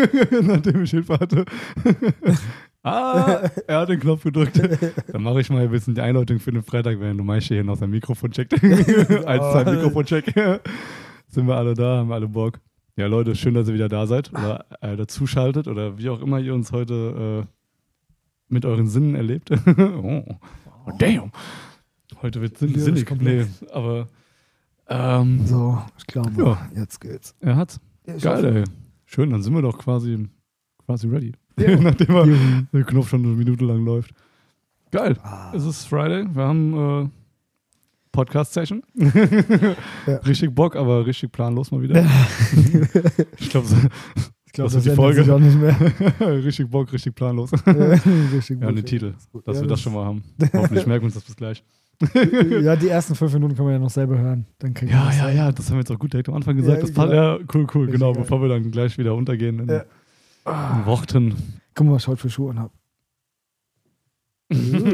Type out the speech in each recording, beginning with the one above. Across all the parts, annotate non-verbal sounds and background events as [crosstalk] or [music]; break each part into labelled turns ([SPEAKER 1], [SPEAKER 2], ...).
[SPEAKER 1] [laughs] Nachdem ich Hilfe hatte. [laughs] ah, er hat den Knopf gedrückt. Dann mache ich mal ein bisschen die Einleitung für den Freitag, während du meinst, hier noch sein Mikrofon checkt. [laughs] Eins, zwei, Mikrofon check. [laughs] Sind wir alle da, haben alle Bock. Ja, Leute, schön, dass ihr wieder da seid oder äh, dazuschaltet oder wie auch immer ihr uns heute äh, mit euren Sinnen erlebt. [laughs] oh. oh, damn. Heute wird sinn
[SPEAKER 2] Lyrisch
[SPEAKER 1] sinnig. Nee,
[SPEAKER 2] komplex.
[SPEAKER 1] aber ähm,
[SPEAKER 2] So, ich glaube,
[SPEAKER 1] Ja.
[SPEAKER 2] jetzt geht's.
[SPEAKER 1] er hat's.
[SPEAKER 2] Ja, ich
[SPEAKER 1] Geil,
[SPEAKER 2] hoffe-
[SPEAKER 1] ey. Schön, dann sind wir doch quasi, quasi ready. [laughs] Nachdem er, der Knopf schon eine Minute lang läuft. Geil.
[SPEAKER 2] Ah,
[SPEAKER 1] Es ist Friday. Wir haben äh, [laughs] Podcast-Session.
[SPEAKER 2] Ja.
[SPEAKER 1] Richtig Bock, aber richtig planlos mal wieder. [laughs] ich glaube, so,
[SPEAKER 2] ich glaube,
[SPEAKER 1] das wird
[SPEAKER 2] das,
[SPEAKER 1] die
[SPEAKER 2] ändert
[SPEAKER 1] Folge.
[SPEAKER 2] sich auch nicht
[SPEAKER 1] [laughs]
[SPEAKER 2] mehr.
[SPEAKER 1] richtig Bock, richtig planlos. [laughs]
[SPEAKER 2] [laughs] Richtig
[SPEAKER 1] Ja, den
[SPEAKER 2] gut.
[SPEAKER 1] Titel,
[SPEAKER 2] Ist gut.
[SPEAKER 1] dass
[SPEAKER 2] Ja,
[SPEAKER 1] wir das schon mal haben. Hoffentlich merken wir uns das bis gleich.
[SPEAKER 2] [laughs] Ja, die ersten fünf Minuten kann man ja noch selber hören. Dann kriegen wir
[SPEAKER 1] Ja,
[SPEAKER 2] das
[SPEAKER 1] ja,
[SPEAKER 2] hin.
[SPEAKER 1] ja, das haben wir jetzt auch gut direkt am Anfang gesagt.
[SPEAKER 2] Ja,
[SPEAKER 1] das passt,
[SPEAKER 2] genau.
[SPEAKER 1] ja, cool, cool,
[SPEAKER 2] Richtig
[SPEAKER 1] genau,
[SPEAKER 2] geil.
[SPEAKER 1] bevor wir dann gleich wieder untergehen in,
[SPEAKER 2] Ja.
[SPEAKER 1] in Worten.
[SPEAKER 2] Guck mal, was ich heute für Schuhe anhab.
[SPEAKER 1] [laughs]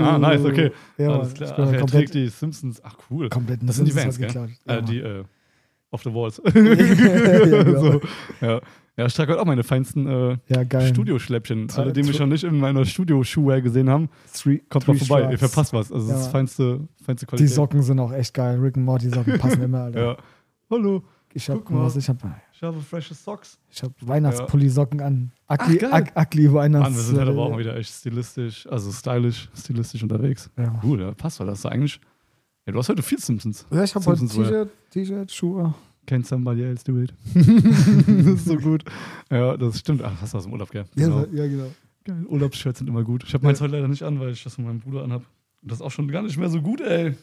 [SPEAKER 1] ah, nice, okay.
[SPEAKER 2] Ja,
[SPEAKER 1] Alles
[SPEAKER 2] Mann,
[SPEAKER 1] klar.
[SPEAKER 2] Ich bin
[SPEAKER 1] Ach, er trägt
[SPEAKER 2] komplett,
[SPEAKER 1] die Simpsons. Ach, cool.
[SPEAKER 2] komplett
[SPEAKER 1] Das sind die
[SPEAKER 2] Simpsons
[SPEAKER 1] Vans,
[SPEAKER 2] geklaut.
[SPEAKER 1] Äh, die, äh, off the
[SPEAKER 2] [laughs]
[SPEAKER 1] walls.
[SPEAKER 2] Ja,
[SPEAKER 1] [laughs]
[SPEAKER 2] genau.
[SPEAKER 1] so, ja. ja, ich trage heute auch meine feinsten äh,
[SPEAKER 2] ja, geil.
[SPEAKER 1] Studioschläppchen. Alle, die
[SPEAKER 2] Äh,
[SPEAKER 1] mich
[SPEAKER 2] tr-
[SPEAKER 1] schon nicht in meiner Studio-Schuhwear gesehen haben,
[SPEAKER 2] Three,
[SPEAKER 1] kommt
[SPEAKER 2] three
[SPEAKER 1] mal vorbei. Ihr
[SPEAKER 2] Stripes.
[SPEAKER 1] verpasst was. Also, das
[SPEAKER 2] Ja.
[SPEAKER 1] ist feinste, feinste
[SPEAKER 2] Die
[SPEAKER 1] Qualität.
[SPEAKER 2] Socken sind auch echt geil. Rick and Morty Socken passen immer,
[SPEAKER 1] [laughs]
[SPEAKER 2] Alter.
[SPEAKER 1] Ja. Hallo,
[SPEAKER 2] Ich hab,
[SPEAKER 1] Guck mal.
[SPEAKER 2] was, ich hab,
[SPEAKER 1] ich habe frische Socks.
[SPEAKER 2] ich hab Weihnachtspulli-Socken an. Ugly,
[SPEAKER 1] geil.
[SPEAKER 2] ag- ugly Weihnachts...
[SPEAKER 1] Mann, wir sind halt aber auch mal wieder echt stilistisch, also stylisch, stilistisch unterwegs.
[SPEAKER 2] Ja.
[SPEAKER 1] Cool, ja, passt doch. Das ist eigentlich. Ja, du hast heute viel Simpsons.
[SPEAKER 2] Ja, ich hab heute
[SPEAKER 1] Simpsons Wear.
[SPEAKER 2] T-Shirt, T-Shirt, Schuhe.
[SPEAKER 1] Can somebody else do it? [laughs] das ist so gut. Ja, das stimmt. Ach, hast du aus dem Urlaub, gell?
[SPEAKER 2] Ja, so- ja, genau.
[SPEAKER 1] Geil, Urlaubsshirts sind immer gut. Ich habe meins heute leider nicht an, weil ich das von meinem Bruder anhab. Und das ist auch schon gar nicht mehr so gut, ey.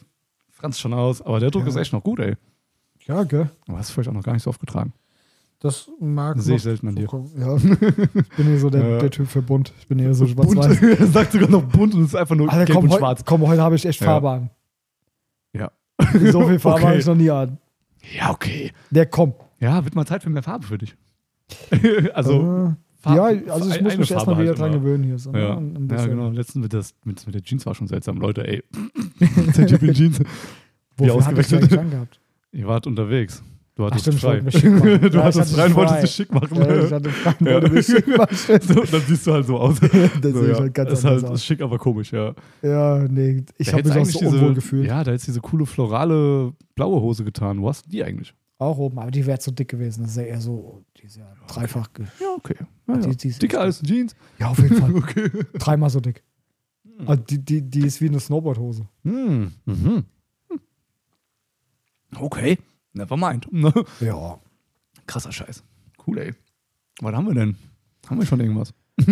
[SPEAKER 1] Franz schon aus. Aber der Druck
[SPEAKER 2] Ja.
[SPEAKER 1] ist echt noch gut, ey.
[SPEAKER 2] Ja, gell.
[SPEAKER 1] Aber hast du vielleicht auch noch gar nicht so oft getragen.
[SPEAKER 2] Das mag
[SPEAKER 1] Sehe
[SPEAKER 2] noch
[SPEAKER 1] ich selten an dir.
[SPEAKER 2] vorkommen. Ja. Ich bin eher so der,
[SPEAKER 1] Ja.
[SPEAKER 2] der Typ für [laughs] bunt. Ich bin eher
[SPEAKER 1] [laughs]
[SPEAKER 2] so schwarz-weiß.
[SPEAKER 1] er sagt sogar noch bunt und es ist einfach nur
[SPEAKER 2] Alter,
[SPEAKER 1] gelb
[SPEAKER 2] komm,
[SPEAKER 1] und
[SPEAKER 2] heu,
[SPEAKER 1] schwarz.
[SPEAKER 2] komm, heute habe ich echt
[SPEAKER 1] Ja.
[SPEAKER 2] Farbe an.
[SPEAKER 1] Ja.
[SPEAKER 2] [laughs] So viel
[SPEAKER 1] [laughs]
[SPEAKER 2] Farbe
[SPEAKER 1] Okay.
[SPEAKER 2] habe ich noch nie an.
[SPEAKER 1] Ja, okay.
[SPEAKER 2] Der kommt.
[SPEAKER 1] Ja, wird mal Zeit für mehr Farbe für dich. [laughs] also,
[SPEAKER 2] Also, ja,
[SPEAKER 1] Farbe-
[SPEAKER 2] also ich
[SPEAKER 1] ein-
[SPEAKER 2] muss
[SPEAKER 1] eine
[SPEAKER 2] mich
[SPEAKER 1] Farbe
[SPEAKER 2] erstmal wieder
[SPEAKER 1] halt
[SPEAKER 2] dran
[SPEAKER 1] immer.
[SPEAKER 2] gewöhnen hier. So, ne?
[SPEAKER 1] Ja.
[SPEAKER 2] Ein
[SPEAKER 1] ja,
[SPEAKER 2] bisschen.
[SPEAKER 1] genau. Letztens mit, das, mit, mit der Jeans war schon seltsam. Leute,
[SPEAKER 2] [laughs]
[SPEAKER 1] ey. ZGP Jeans. Wie
[SPEAKER 2] Wofür hatte ich die
[SPEAKER 1] ausgewechselt.
[SPEAKER 2] eigentlich angehabt?
[SPEAKER 1] Ihr wart unterwegs. Du
[SPEAKER 2] Ach
[SPEAKER 1] hattest
[SPEAKER 2] stimmt, ich
[SPEAKER 1] frei.
[SPEAKER 2] wollte mich schick machen.
[SPEAKER 1] [laughs] Du
[SPEAKER 2] Ja, ich
[SPEAKER 1] hattest
[SPEAKER 2] hatte
[SPEAKER 1] frei und wolltest
[SPEAKER 2] frei.
[SPEAKER 1] dich schick machen.
[SPEAKER 2] Ja, ich hatte
[SPEAKER 1] [laughs]
[SPEAKER 2] Fragen,
[SPEAKER 1] Ja.
[SPEAKER 2] wurde mich schick [laughs] machen.
[SPEAKER 1] So, dann siehst du halt so
[SPEAKER 2] [laughs]
[SPEAKER 1] aus.
[SPEAKER 2] Das
[SPEAKER 1] So,
[SPEAKER 2] sieht
[SPEAKER 1] ja.
[SPEAKER 2] halt ganz
[SPEAKER 1] ist
[SPEAKER 2] anders
[SPEAKER 1] halt ist
[SPEAKER 2] aus.
[SPEAKER 1] schick, aber komisch, ja.
[SPEAKER 2] Ja, nee, ich
[SPEAKER 1] Da
[SPEAKER 2] habe
[SPEAKER 1] hätt's
[SPEAKER 2] mich auch
[SPEAKER 1] eigentlich
[SPEAKER 2] so
[SPEAKER 1] diese-
[SPEAKER 2] unwohl gefühlt.
[SPEAKER 1] Ja, da jetzt diese coole florale blaue Hose getan. Wo hast du die eigentlich?
[SPEAKER 2] Auch oben, aber die wäre zu dick gewesen. Das ist ja eher so, die ist ja dreifach. ge-
[SPEAKER 1] Ja, okay. Ja, ja.
[SPEAKER 2] Die- die ist-
[SPEAKER 1] Dicker als Jeans.
[SPEAKER 2] Ja, auf jeden Fall.
[SPEAKER 1] Okay.
[SPEAKER 2] [laughs] Dreimal so dick. Also die, die, die ist wie eine Snowboardhose.
[SPEAKER 1] Hm, Mhm. Okay. Never mind. [laughs]
[SPEAKER 2] Ja.
[SPEAKER 1] Krasser Scheiß. Cool, ey. Was haben wir denn? Haben wir schon irgendwas? [laughs]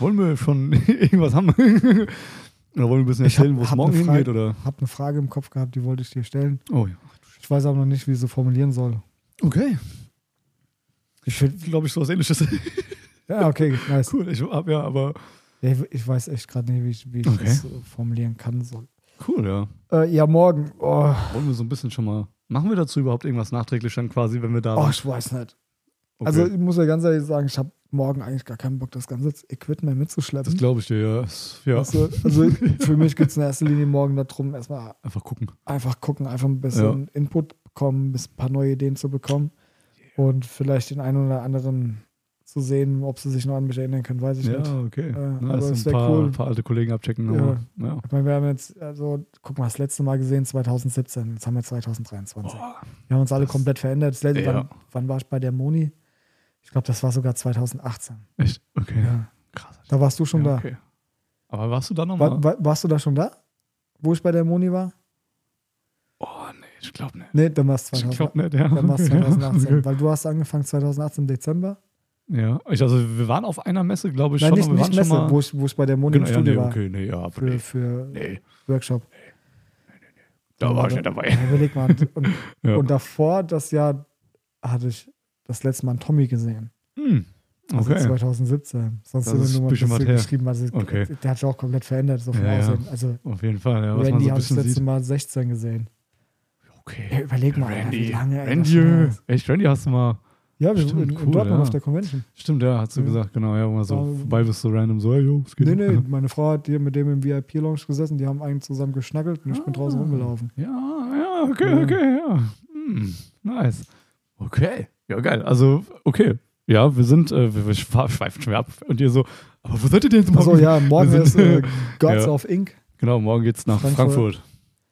[SPEAKER 1] wollen wir schon [laughs] irgendwas haben? oder wollen wir ein bisschen
[SPEAKER 2] Ich hab-
[SPEAKER 1] erzählen, wo es
[SPEAKER 2] hab
[SPEAKER 1] morgen
[SPEAKER 2] eine Frage.
[SPEAKER 1] hingeht? Oder?
[SPEAKER 2] Hab eine Frage im Kopf gehabt, die wollte ich dir stellen.
[SPEAKER 1] Oh, ja.
[SPEAKER 2] Ich weiß aber noch nicht, wie ich sie formulieren soll.
[SPEAKER 1] Okay.
[SPEAKER 2] Ich will,
[SPEAKER 1] Glaube ich, so was ähnliches.
[SPEAKER 2] ja, okay,
[SPEAKER 1] [laughs]
[SPEAKER 2] nice.
[SPEAKER 1] cool. Ich hab ja, aber.
[SPEAKER 2] Ja, ich- ich weiß echt gerade nicht, wie ich, wie ich
[SPEAKER 1] Okay.
[SPEAKER 2] das äh, formulieren kann. Soll.
[SPEAKER 1] Cool, ja.
[SPEAKER 2] Äh, ja, morgen. Oh,
[SPEAKER 1] Wollen wir so ein bisschen schon mal. Machen wir dazu überhaupt irgendwas nachträglich dann quasi, wenn wir da
[SPEAKER 2] oh,
[SPEAKER 1] sind?
[SPEAKER 2] ich weiß nicht.
[SPEAKER 1] Okay.
[SPEAKER 2] Also ich muss ja ganz ehrlich sagen, ich habe morgen eigentlich gar keinen Bock, das ganze Equipment
[SPEAKER 1] das
[SPEAKER 2] mitzuschleppen.
[SPEAKER 1] glaube ich dir, ja. Ist- ja.
[SPEAKER 2] Weißt du, also [laughs] für mich geht es in erster Linie morgen darum, erstmal
[SPEAKER 1] Einfach gucken.
[SPEAKER 2] einfach gucken, einfach ein bisschen Input bekommen, ein paar neue Ideen zu bekommen und vielleicht den einen oder anderen zu sehen, ob sie sich noch an mich erinnern können, weiß ich
[SPEAKER 1] Ja,
[SPEAKER 2] nicht.
[SPEAKER 1] okay.
[SPEAKER 2] Ja,
[SPEAKER 1] Na,
[SPEAKER 2] aber
[SPEAKER 1] also
[SPEAKER 2] es
[SPEAKER 1] ein
[SPEAKER 2] wär
[SPEAKER 1] paar,
[SPEAKER 2] cool.
[SPEAKER 1] ein paar alte Kollegen abchecken.
[SPEAKER 2] Ja.
[SPEAKER 1] Aber, ja.
[SPEAKER 2] Ich meine, wir haben jetzt, also, guck mal, das letzte Mal gesehen 2017, jetzt haben wir 2023.
[SPEAKER 1] Boah,
[SPEAKER 2] wir haben uns alle
[SPEAKER 1] das-
[SPEAKER 2] komplett verändert. Das letzte,
[SPEAKER 1] Ja.
[SPEAKER 2] wann, wann war ich bei der Moni? Ich glaube, das war sogar 2018.
[SPEAKER 1] echt? Okay.
[SPEAKER 2] Ja.
[SPEAKER 1] Krass.
[SPEAKER 2] Da warst du schon
[SPEAKER 1] ja,
[SPEAKER 2] da.
[SPEAKER 1] okay. Aber warst du da nochmal?
[SPEAKER 2] War, war, warst du da schon da? Wo ich bei der Moni war?
[SPEAKER 1] Oh, nee, ich glaube nicht.
[SPEAKER 2] Nee, dann war es
[SPEAKER 1] Ich
[SPEAKER 2] 2018.
[SPEAKER 1] glaube nicht, [laughs] ja.
[SPEAKER 2] Dann war's 2018
[SPEAKER 1] Ja.
[SPEAKER 2] weil du hast angefangen 2018 im Dezember.
[SPEAKER 1] ja. Ich, also, wir waren auf einer Messe, glaube ich,
[SPEAKER 2] Nein,
[SPEAKER 1] schon.
[SPEAKER 2] nicht,
[SPEAKER 1] aber wir
[SPEAKER 2] nicht
[SPEAKER 1] waren schon
[SPEAKER 2] Messe,
[SPEAKER 1] mal,
[SPEAKER 2] wo ich, wo ich bei der Moni
[SPEAKER 1] genau,
[SPEAKER 2] im
[SPEAKER 1] ja,
[SPEAKER 2] Studio
[SPEAKER 1] nee,
[SPEAKER 2] war.
[SPEAKER 1] okay, nee, ja, aber
[SPEAKER 2] für,
[SPEAKER 1] nee,
[SPEAKER 2] für
[SPEAKER 1] nee,
[SPEAKER 2] Workshop.
[SPEAKER 1] da war ich nicht dabei.
[SPEAKER 2] Ja, überleg mal. Und, und,
[SPEAKER 1] [laughs] Ja.
[SPEAKER 2] und davor, das Jahr, hatte ich das letzte Mal einen Tommy gesehen.
[SPEAKER 1] Hm.
[SPEAKER 2] Also
[SPEAKER 1] Okay.
[SPEAKER 2] 2017. Sonst
[SPEAKER 1] Das
[SPEAKER 2] wenn
[SPEAKER 1] ist
[SPEAKER 2] du
[SPEAKER 1] ein
[SPEAKER 2] mal
[SPEAKER 1] bisschen
[SPEAKER 2] das
[SPEAKER 1] was
[SPEAKER 2] hier
[SPEAKER 1] her.
[SPEAKER 2] geschrieben hast,
[SPEAKER 1] Okay.
[SPEAKER 2] der hat sich auch komplett verändert, so vom
[SPEAKER 1] Ja, ja.
[SPEAKER 2] Aussehen. Also
[SPEAKER 1] Auf jeden Fall, ja, was man
[SPEAKER 2] Randy
[SPEAKER 1] so ein
[SPEAKER 2] habe ich
[SPEAKER 1] bisschen
[SPEAKER 2] das letzte
[SPEAKER 1] sieht.
[SPEAKER 2] Mal 16 gesehen. Ja,
[SPEAKER 1] Okay.
[SPEAKER 2] überleg mal,
[SPEAKER 1] Randy.
[SPEAKER 2] wie lange er
[SPEAKER 1] Randy.
[SPEAKER 2] schon da ist.
[SPEAKER 1] Echt, Randy hast du mal.
[SPEAKER 2] Ja, wir
[SPEAKER 1] Stimmt,
[SPEAKER 2] sind in
[SPEAKER 1] cool,
[SPEAKER 2] Dortmund
[SPEAKER 1] ja.
[SPEAKER 2] auf der Convention.
[SPEAKER 1] Stimmt, ja, hast du
[SPEAKER 2] Ja.
[SPEAKER 1] gesagt, genau, ja, wo man so
[SPEAKER 2] Ja.
[SPEAKER 1] vorbei bist, so random, so, hey, yo, es geht.
[SPEAKER 2] Nee, nee, meine Frau hat hier mit dem im VIP-Lounge gesessen, die haben einen zusammen geschnackelt und ich bin
[SPEAKER 1] Ah.
[SPEAKER 2] draußen rumgelaufen.
[SPEAKER 1] [laughs] Ja, ja, okay,
[SPEAKER 2] Ja.
[SPEAKER 1] okay, ja. Hm, nice. Okay. Ja, geil. Also, okay. ja, wir sind, äh, wir, wir schwa- schweifen schon wieder ab. Und ihr so, aber wo seid ihr denn jetzt morgen?
[SPEAKER 2] Achso, Also, ja, morgen
[SPEAKER 1] Wir
[SPEAKER 2] ist
[SPEAKER 1] sind-
[SPEAKER 2] äh,
[SPEAKER 1] [laughs]
[SPEAKER 2] Gods
[SPEAKER 1] Ja.
[SPEAKER 2] of Ink.
[SPEAKER 1] Genau, morgen geht's nach
[SPEAKER 2] Frankfurt.
[SPEAKER 1] Frankfurt.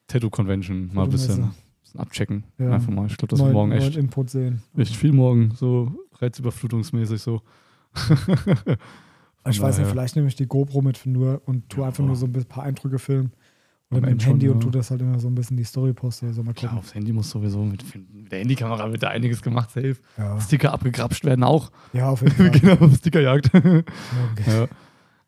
[SPEAKER 1] Tattoo Convention, mal ein bisschen, bisschen abchecken.
[SPEAKER 2] Ja.
[SPEAKER 1] Einfach mal. Ich glaube, das
[SPEAKER 2] neuen,
[SPEAKER 1] ist morgen echt,
[SPEAKER 2] neuen Input sehen.
[SPEAKER 1] echt viel morgen, so reizüberflutungsmäßig so. [laughs]
[SPEAKER 2] Ich weiß ja,
[SPEAKER 1] daher-
[SPEAKER 2] vielleicht nehme ich die GoPro mit für nur und tu einfach nur so ein bi- paar Eindrücke filmen. Oder
[SPEAKER 1] Am
[SPEAKER 2] mit dem
[SPEAKER 1] Ende schon,
[SPEAKER 2] Handy und
[SPEAKER 1] ja.
[SPEAKER 2] tu das halt immer so ein bisschen die Story poste. So mal
[SPEAKER 1] Klar,
[SPEAKER 2] gucken.
[SPEAKER 1] aufs Handy muss sowieso mit, mit der Handykamera wird da einiges gemacht, safe.
[SPEAKER 2] Ja.
[SPEAKER 1] Sticker abgegrapscht werden
[SPEAKER 2] [laughs]
[SPEAKER 1] auch.
[SPEAKER 2] ja,
[SPEAKER 1] [laughs]
[SPEAKER 2] auf jeden
[SPEAKER 1] Wir
[SPEAKER 2] Fall.
[SPEAKER 1] gehen auf Stickerjagd.
[SPEAKER 2] Morgen geht's.
[SPEAKER 1] Genau. ja.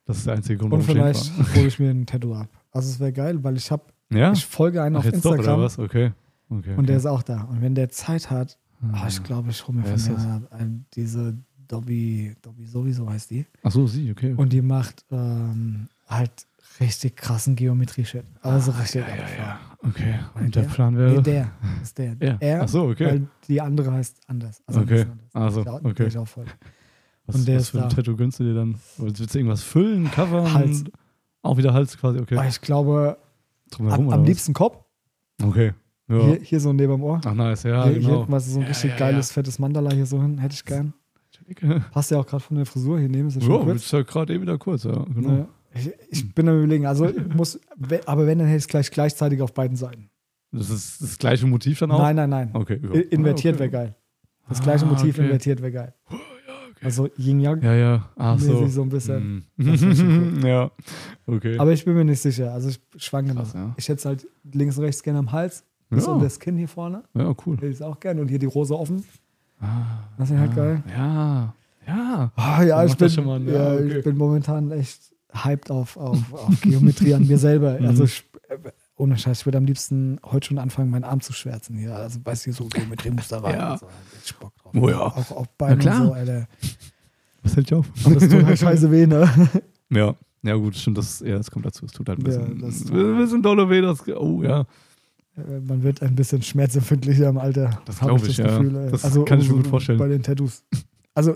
[SPEAKER 1] Das ist der einzige Grund,
[SPEAKER 2] Und
[SPEAKER 1] warum ich
[SPEAKER 2] vielleicht hole ich mir ein Tattoo ab. Also es wäre geil, weil ich habe,
[SPEAKER 1] hinfahre. Ja?
[SPEAKER 2] ich folge einen
[SPEAKER 1] Ach,
[SPEAKER 2] auf
[SPEAKER 1] jetzt doch, oder
[SPEAKER 2] Instagram
[SPEAKER 1] was? Okay. okay, okay.
[SPEAKER 2] und der ist auch da. Und wenn der Zeit hat,
[SPEAKER 1] Ah.
[SPEAKER 2] ah, ich glaube, ich hole mir
[SPEAKER 1] Wer
[SPEAKER 2] von
[SPEAKER 1] ist das?
[SPEAKER 2] der ein- diese Dobby, Dobby sowieso heißt die.
[SPEAKER 1] Ach so, sie, okay.
[SPEAKER 2] Und die macht ähm, halt richtig krassen Geometrie-Shit. Also richtig
[SPEAKER 1] Ah, ja, ja,
[SPEAKER 2] abgefahren.
[SPEAKER 1] ja. Okay.
[SPEAKER 2] Weil
[SPEAKER 1] Und der
[SPEAKER 2] der-
[SPEAKER 1] Plan
[SPEAKER 2] Nee,
[SPEAKER 1] wäre.
[SPEAKER 2] der ist der.
[SPEAKER 1] Ja.
[SPEAKER 2] Er,
[SPEAKER 1] Ach so, okay.
[SPEAKER 2] weil die andere heißt anders. Also
[SPEAKER 1] Okay.
[SPEAKER 2] ein bisschen anders.
[SPEAKER 1] Also,
[SPEAKER 2] Der-
[SPEAKER 1] okay.
[SPEAKER 2] der Ich auch voll.
[SPEAKER 1] Was,
[SPEAKER 2] und der
[SPEAKER 1] was
[SPEAKER 2] ist
[SPEAKER 1] für ein
[SPEAKER 2] da.
[SPEAKER 1] Tattoo gönnst du dir dann? Willst du irgendwas füllen, covern?
[SPEAKER 2] Hals.
[SPEAKER 1] Auch wieder Hals quasi, okay.
[SPEAKER 2] Aber ich glaube,
[SPEAKER 1] Drumherum
[SPEAKER 2] am,
[SPEAKER 1] oder
[SPEAKER 2] am
[SPEAKER 1] was?
[SPEAKER 2] liebsten Kopf.
[SPEAKER 1] Okay. Ja.
[SPEAKER 2] Hier, hier so neben dem Ohr.
[SPEAKER 1] Ach, nice, ja,
[SPEAKER 2] hier, hier
[SPEAKER 1] genau.
[SPEAKER 2] hinten, weißt du, so ein
[SPEAKER 1] Ja,
[SPEAKER 2] richtig
[SPEAKER 1] ja,
[SPEAKER 2] geiles, fettes Mandala hier so hin. Hätte ich gern.
[SPEAKER 1] Ja,
[SPEAKER 2] Passt ja auch gerade von der Frisur. Hier neben ist ja schon
[SPEAKER 1] ja
[SPEAKER 2] kurz.
[SPEAKER 1] ist ja gerade eh wieder kurz, ja, genau.
[SPEAKER 2] Ja. Ich, ich bin am überlegen. Also ich muss, we- aber wenn, dann hätte ich es gleich gleichzeitig auf beiden Seiten.
[SPEAKER 1] Das ist das gleiche Motiv dann auch?
[SPEAKER 2] Nein, nein, nein.
[SPEAKER 1] Okay, ja.
[SPEAKER 2] I- Invertiert
[SPEAKER 1] Ah,
[SPEAKER 2] wäre
[SPEAKER 1] okay.
[SPEAKER 2] geil. Das gleiche
[SPEAKER 1] Ah,
[SPEAKER 2] Motiv
[SPEAKER 1] okay. Oh,
[SPEAKER 2] invertiert wäre geil. Also Yin-Yang.
[SPEAKER 1] Ja, ja. Ach so.
[SPEAKER 2] mäßig so ein bisschen.
[SPEAKER 1] Hm.
[SPEAKER 2] halt- Das wär schon
[SPEAKER 1] [laughs] ja. Okay.
[SPEAKER 2] Aber ich bin mir nicht sicher. Also ich schwanke noch.
[SPEAKER 1] Krass, ja.
[SPEAKER 2] Ich hätte es halt links und rechts gerne am Hals. Bis
[SPEAKER 1] Ja.
[SPEAKER 2] um das Kinn hier vorne.
[SPEAKER 1] ja, cool.
[SPEAKER 2] Hätte ich es auch gerne. Und hier die Rose offen.
[SPEAKER 1] Ah,
[SPEAKER 2] Das wäre halt geil.
[SPEAKER 1] ja. Ja.
[SPEAKER 2] Ah, ja,
[SPEAKER 1] Dann macht
[SPEAKER 2] ich
[SPEAKER 1] das
[SPEAKER 2] bin,
[SPEAKER 1] schon mal einen-
[SPEAKER 2] ja,
[SPEAKER 1] ja, okay.
[SPEAKER 2] ich bin momentan echt hyped auf, auf, auf Geometrie an
[SPEAKER 1] [laughs]
[SPEAKER 2] mir selber.
[SPEAKER 1] Mhm.
[SPEAKER 2] Also ich, äh, ohne Scheiß, ich würde am liebsten heute schon anfangen, meinen Arm zu schwärzen. Ja, also weißt du, so Geometrie muss da rein.
[SPEAKER 1] Ja.
[SPEAKER 2] Also, jetzt Bock drauf.
[SPEAKER 1] Oh ja.
[SPEAKER 2] Auch auf Beine
[SPEAKER 1] klar.
[SPEAKER 2] und so, Alter.
[SPEAKER 1] Was hält ich auf?
[SPEAKER 2] Aber das
[SPEAKER 1] [laughs]
[SPEAKER 2] tut halt scheiße weh, ne?
[SPEAKER 1] Ja. Ja, gut, stimmt. Das, ja, das kommt dazu. Es tut halt ein
[SPEAKER 2] Ja,
[SPEAKER 1] bisschen.
[SPEAKER 2] das tut-
[SPEAKER 1] ein bisschen dolle weh. Das, oh, ja.
[SPEAKER 2] Äh, Man wird ein bisschen schmerzempfindlicher im Alter.
[SPEAKER 1] Das
[SPEAKER 2] hab
[SPEAKER 1] glaub ich, ja.
[SPEAKER 2] ey. Also
[SPEAKER 1] Das kann ich mir gut vorstellen.
[SPEAKER 2] Bei den Tattoos. Also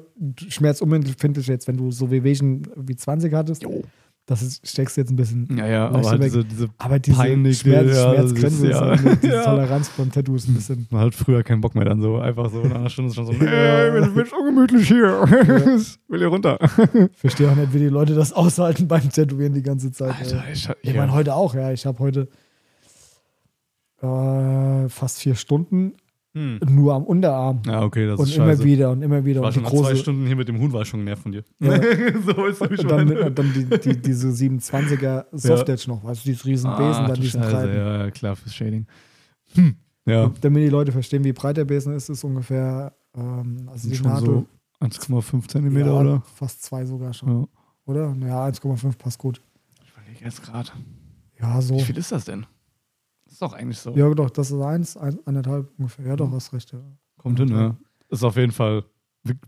[SPEAKER 2] schmerzunempfindlich jetzt, wenn du so Wehwehchen wie 20 hattest, das ist, steckst du jetzt ein bisschen
[SPEAKER 1] Ja, ja,
[SPEAKER 2] Leichter
[SPEAKER 1] aber halt
[SPEAKER 2] weg.
[SPEAKER 1] diese, diese,
[SPEAKER 2] Aber diese
[SPEAKER 1] Peinliche,
[SPEAKER 2] Schmerz,
[SPEAKER 1] ja, das ist-
[SPEAKER 2] Schmerzgrenze, ist,
[SPEAKER 1] ja.
[SPEAKER 2] irgendwie- diese
[SPEAKER 1] [laughs] Ja.
[SPEAKER 2] Toleranz beim Tattoo ist ein bisschen.
[SPEAKER 1] man hat früher keinen Bock mehr dann so. Einfach so, in einer Stunde ist schon so,
[SPEAKER 2] [laughs] Ja.
[SPEAKER 1] ey, mir wird ungemütlich [laughs] hier. Ich will hier runter.
[SPEAKER 2] Ich verstehe auch nicht, wie die Leute das aushalten beim Tätowieren die ganze Zeit. ey.
[SPEAKER 1] ich, hab-
[SPEAKER 2] ich meine, heute auch, ja. Ich habe heute äh, fast vier Stunden
[SPEAKER 1] Hm.
[SPEAKER 2] nur am Unterarm.
[SPEAKER 1] Ja, okay, das
[SPEAKER 2] und
[SPEAKER 1] ist scheiße.
[SPEAKER 2] immer wieder und immer wieder.
[SPEAKER 1] war
[SPEAKER 2] Und die
[SPEAKER 1] schon nach zwei
[SPEAKER 2] große.
[SPEAKER 1] Stunden hier mit dem Huhn, war ich schon genervt von dir.
[SPEAKER 2] [laughs] Ja.
[SPEAKER 1] [laughs] so weißt du, wie ich
[SPEAKER 2] Und dann,
[SPEAKER 1] meine.
[SPEAKER 2] mit- dann die, die,
[SPEAKER 1] [laughs]
[SPEAKER 2] diese 720er Softedge noch, weißt du, dieses riesen Besen,
[SPEAKER 1] Ah,
[SPEAKER 2] dann
[SPEAKER 1] du
[SPEAKER 2] diesen
[SPEAKER 1] Scheiße,
[SPEAKER 2] breiten.
[SPEAKER 1] Ja, ja, klar, fürs Shading. Hm. Ja,
[SPEAKER 2] Damit die Leute verstehen, wie breit der Besen ist, ist ungefähr ähm, also
[SPEAKER 1] sind
[SPEAKER 2] die
[SPEAKER 1] schon
[SPEAKER 2] Nadel
[SPEAKER 1] so 1,5 Zentimeter,
[SPEAKER 2] ja,
[SPEAKER 1] oder?
[SPEAKER 2] fast zwei sogar schon,
[SPEAKER 1] Ja.
[SPEAKER 2] oder? Ja, 1,5 passt gut.
[SPEAKER 1] Ich überlege jetzt gerade.
[SPEAKER 2] Ja, so.
[SPEAKER 1] Wie viel ist das denn? Das ist doch eigentlich so.
[SPEAKER 2] Oh. Ja, doch, das ist eins, ein, anderthalb ungefähr. Ja,
[SPEAKER 1] Mhm.
[SPEAKER 2] doch, hast recht. Ja.
[SPEAKER 1] Kommt hin, ja. Ist auf jeden Fall,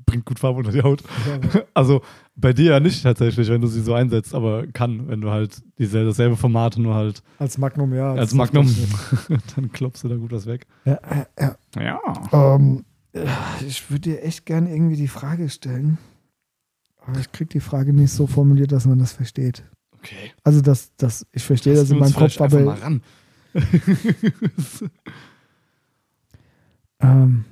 [SPEAKER 1] bringt gut Farbe unter die Haut.
[SPEAKER 2] Ja, aber-
[SPEAKER 1] Also bei dir ja nicht tatsächlich, wenn du sie so einsetzt, aber kann, wenn du halt diesel- dasselbe Format nur halt
[SPEAKER 2] Als Magnum, ja.
[SPEAKER 1] als Magnum, [laughs] dann klopfst du da gut was weg.
[SPEAKER 2] Ja, äh, äh,
[SPEAKER 1] Ja.
[SPEAKER 2] ähm, äh, ich würde dir echt gerne irgendwie die Frage stellen. Aber ich krieg die Frage nicht so formuliert, dass man das versteht.
[SPEAKER 1] Okay.
[SPEAKER 2] Also, das, das, ich verstehe das in meinem Kopf,
[SPEAKER 1] mal
[SPEAKER 2] aber
[SPEAKER 1] ran.
[SPEAKER 2] ähm,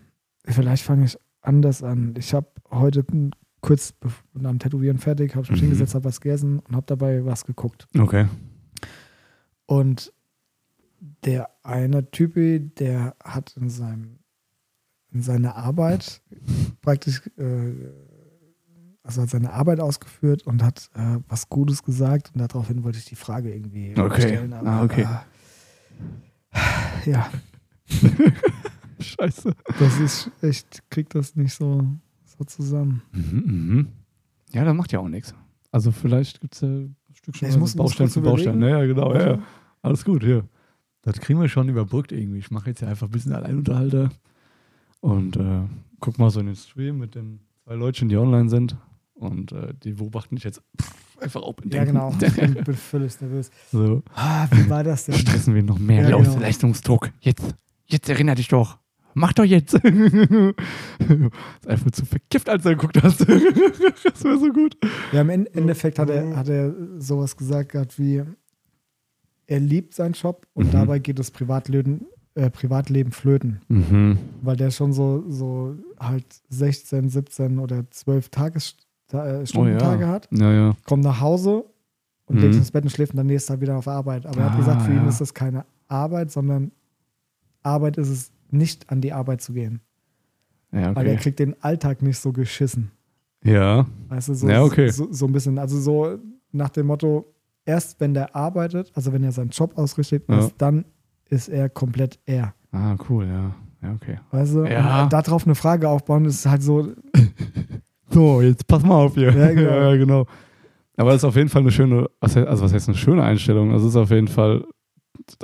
[SPEAKER 2] vielleicht fange ich anders an. Ich habe heute m, kurz bef- nach dem Tätowieren fertig, habe ich mich
[SPEAKER 1] Mhm.
[SPEAKER 2] hingesetzt, habe was gegessen und habe dabei was geguckt.
[SPEAKER 1] [laughs] Okay.
[SPEAKER 2] Und der eine Typi, der hat in seinem in seiner Arbeit praktisch äh, also hat seine Arbeit ausgeführt und hat äh, was Gutes gesagt und daraufhin wollte ich die Frage irgendwie
[SPEAKER 1] Okay.
[SPEAKER 2] stellen.
[SPEAKER 1] Ah, okay.
[SPEAKER 2] äh, ja,
[SPEAKER 1] Scheiße.
[SPEAKER 2] das ist echt, krieg das nicht so, so zusammen.
[SPEAKER 1] Mhm, mhm. Ja, das macht ja auch nichts. Also vielleicht gibt es ja ein Stückchen
[SPEAKER 2] Ich muss- muss
[SPEAKER 1] Baustein
[SPEAKER 2] kurz
[SPEAKER 1] für Baustein.
[SPEAKER 2] überlegen. Also
[SPEAKER 1] Naja, genau. Ja,
[SPEAKER 2] Warte.
[SPEAKER 1] ja. Alles gut, hier. Das kriegen wir schon überbrückt irgendwie. Ich mache jetzt ja einfach ein bisschen Alleinunterhalter und äh, guck mal so in den Stream mit den zwei Leutchen, die online sind. Und äh, die beobachten dich jetzt [laughs] pff, einfach auch [laughs]
[SPEAKER 2] Ja, genau. Ich bin, bin völlig nervös.
[SPEAKER 1] so
[SPEAKER 2] Ah, wie war das denn?
[SPEAKER 1] stressen wir noch mehr.
[SPEAKER 2] Ja,
[SPEAKER 1] Los,
[SPEAKER 2] genau.
[SPEAKER 1] Leistungsdruck. Jetzt. Jetzt erinnere dich doch. Mach doch jetzt. [laughs] ist einfach zu verkifft, als du geguckt hast. [laughs] das wäre so gut.
[SPEAKER 2] Ja, im En- Endeffekt hat er, hat er sowas gesagt gehabt wie, er liebt seinen Job und
[SPEAKER 1] Mhm.
[SPEAKER 2] dabei geht das Privatleben, äh, äh, Privatleben flöten,
[SPEAKER 1] Mhm.
[SPEAKER 2] weil der schon so, so halt 16, 17 oder 12 Tages
[SPEAKER 1] Oh,
[SPEAKER 2] Ta- äh, Stundentage hat,
[SPEAKER 1] Ja, ja.
[SPEAKER 2] kommt nach Hause und
[SPEAKER 1] Mhm.
[SPEAKER 2] legt sich ins Bett und schläft und am nächsten Tag halt wieder auf Arbeit. Aber er hat gesagt,
[SPEAKER 1] Ah,
[SPEAKER 2] für ihn
[SPEAKER 1] ja.
[SPEAKER 2] ist das keine Arbeit, sondern Arbeit ist es, nicht an die Arbeit zu gehen.
[SPEAKER 1] Ja,
[SPEAKER 2] Weil er
[SPEAKER 1] okay.
[SPEAKER 2] kriegt den Alltag nicht so geschissen.
[SPEAKER 1] Ja,
[SPEAKER 2] Weißt du, so,
[SPEAKER 1] Ja, okay.
[SPEAKER 2] so, so ein bisschen, also so nach dem Motto, erst wenn der arbeitet, also wenn er seinen Job ausrichtet,
[SPEAKER 1] Ja.
[SPEAKER 2] erst dann ist er komplett er.
[SPEAKER 1] ah, cool, ja. Ja, okay.
[SPEAKER 2] Weißt du,
[SPEAKER 1] Ja.
[SPEAKER 2] und darauf eine Frage aufbauen, ist halt so,
[SPEAKER 1] So, jetzt pass mal auf hier.
[SPEAKER 2] Ja, genau.
[SPEAKER 1] [laughs] ja, genau. Aber das ist auf jeden Fall eine schöne, was he- also was heißt eine schöne Einstellung? Also es ist auf jeden Fall,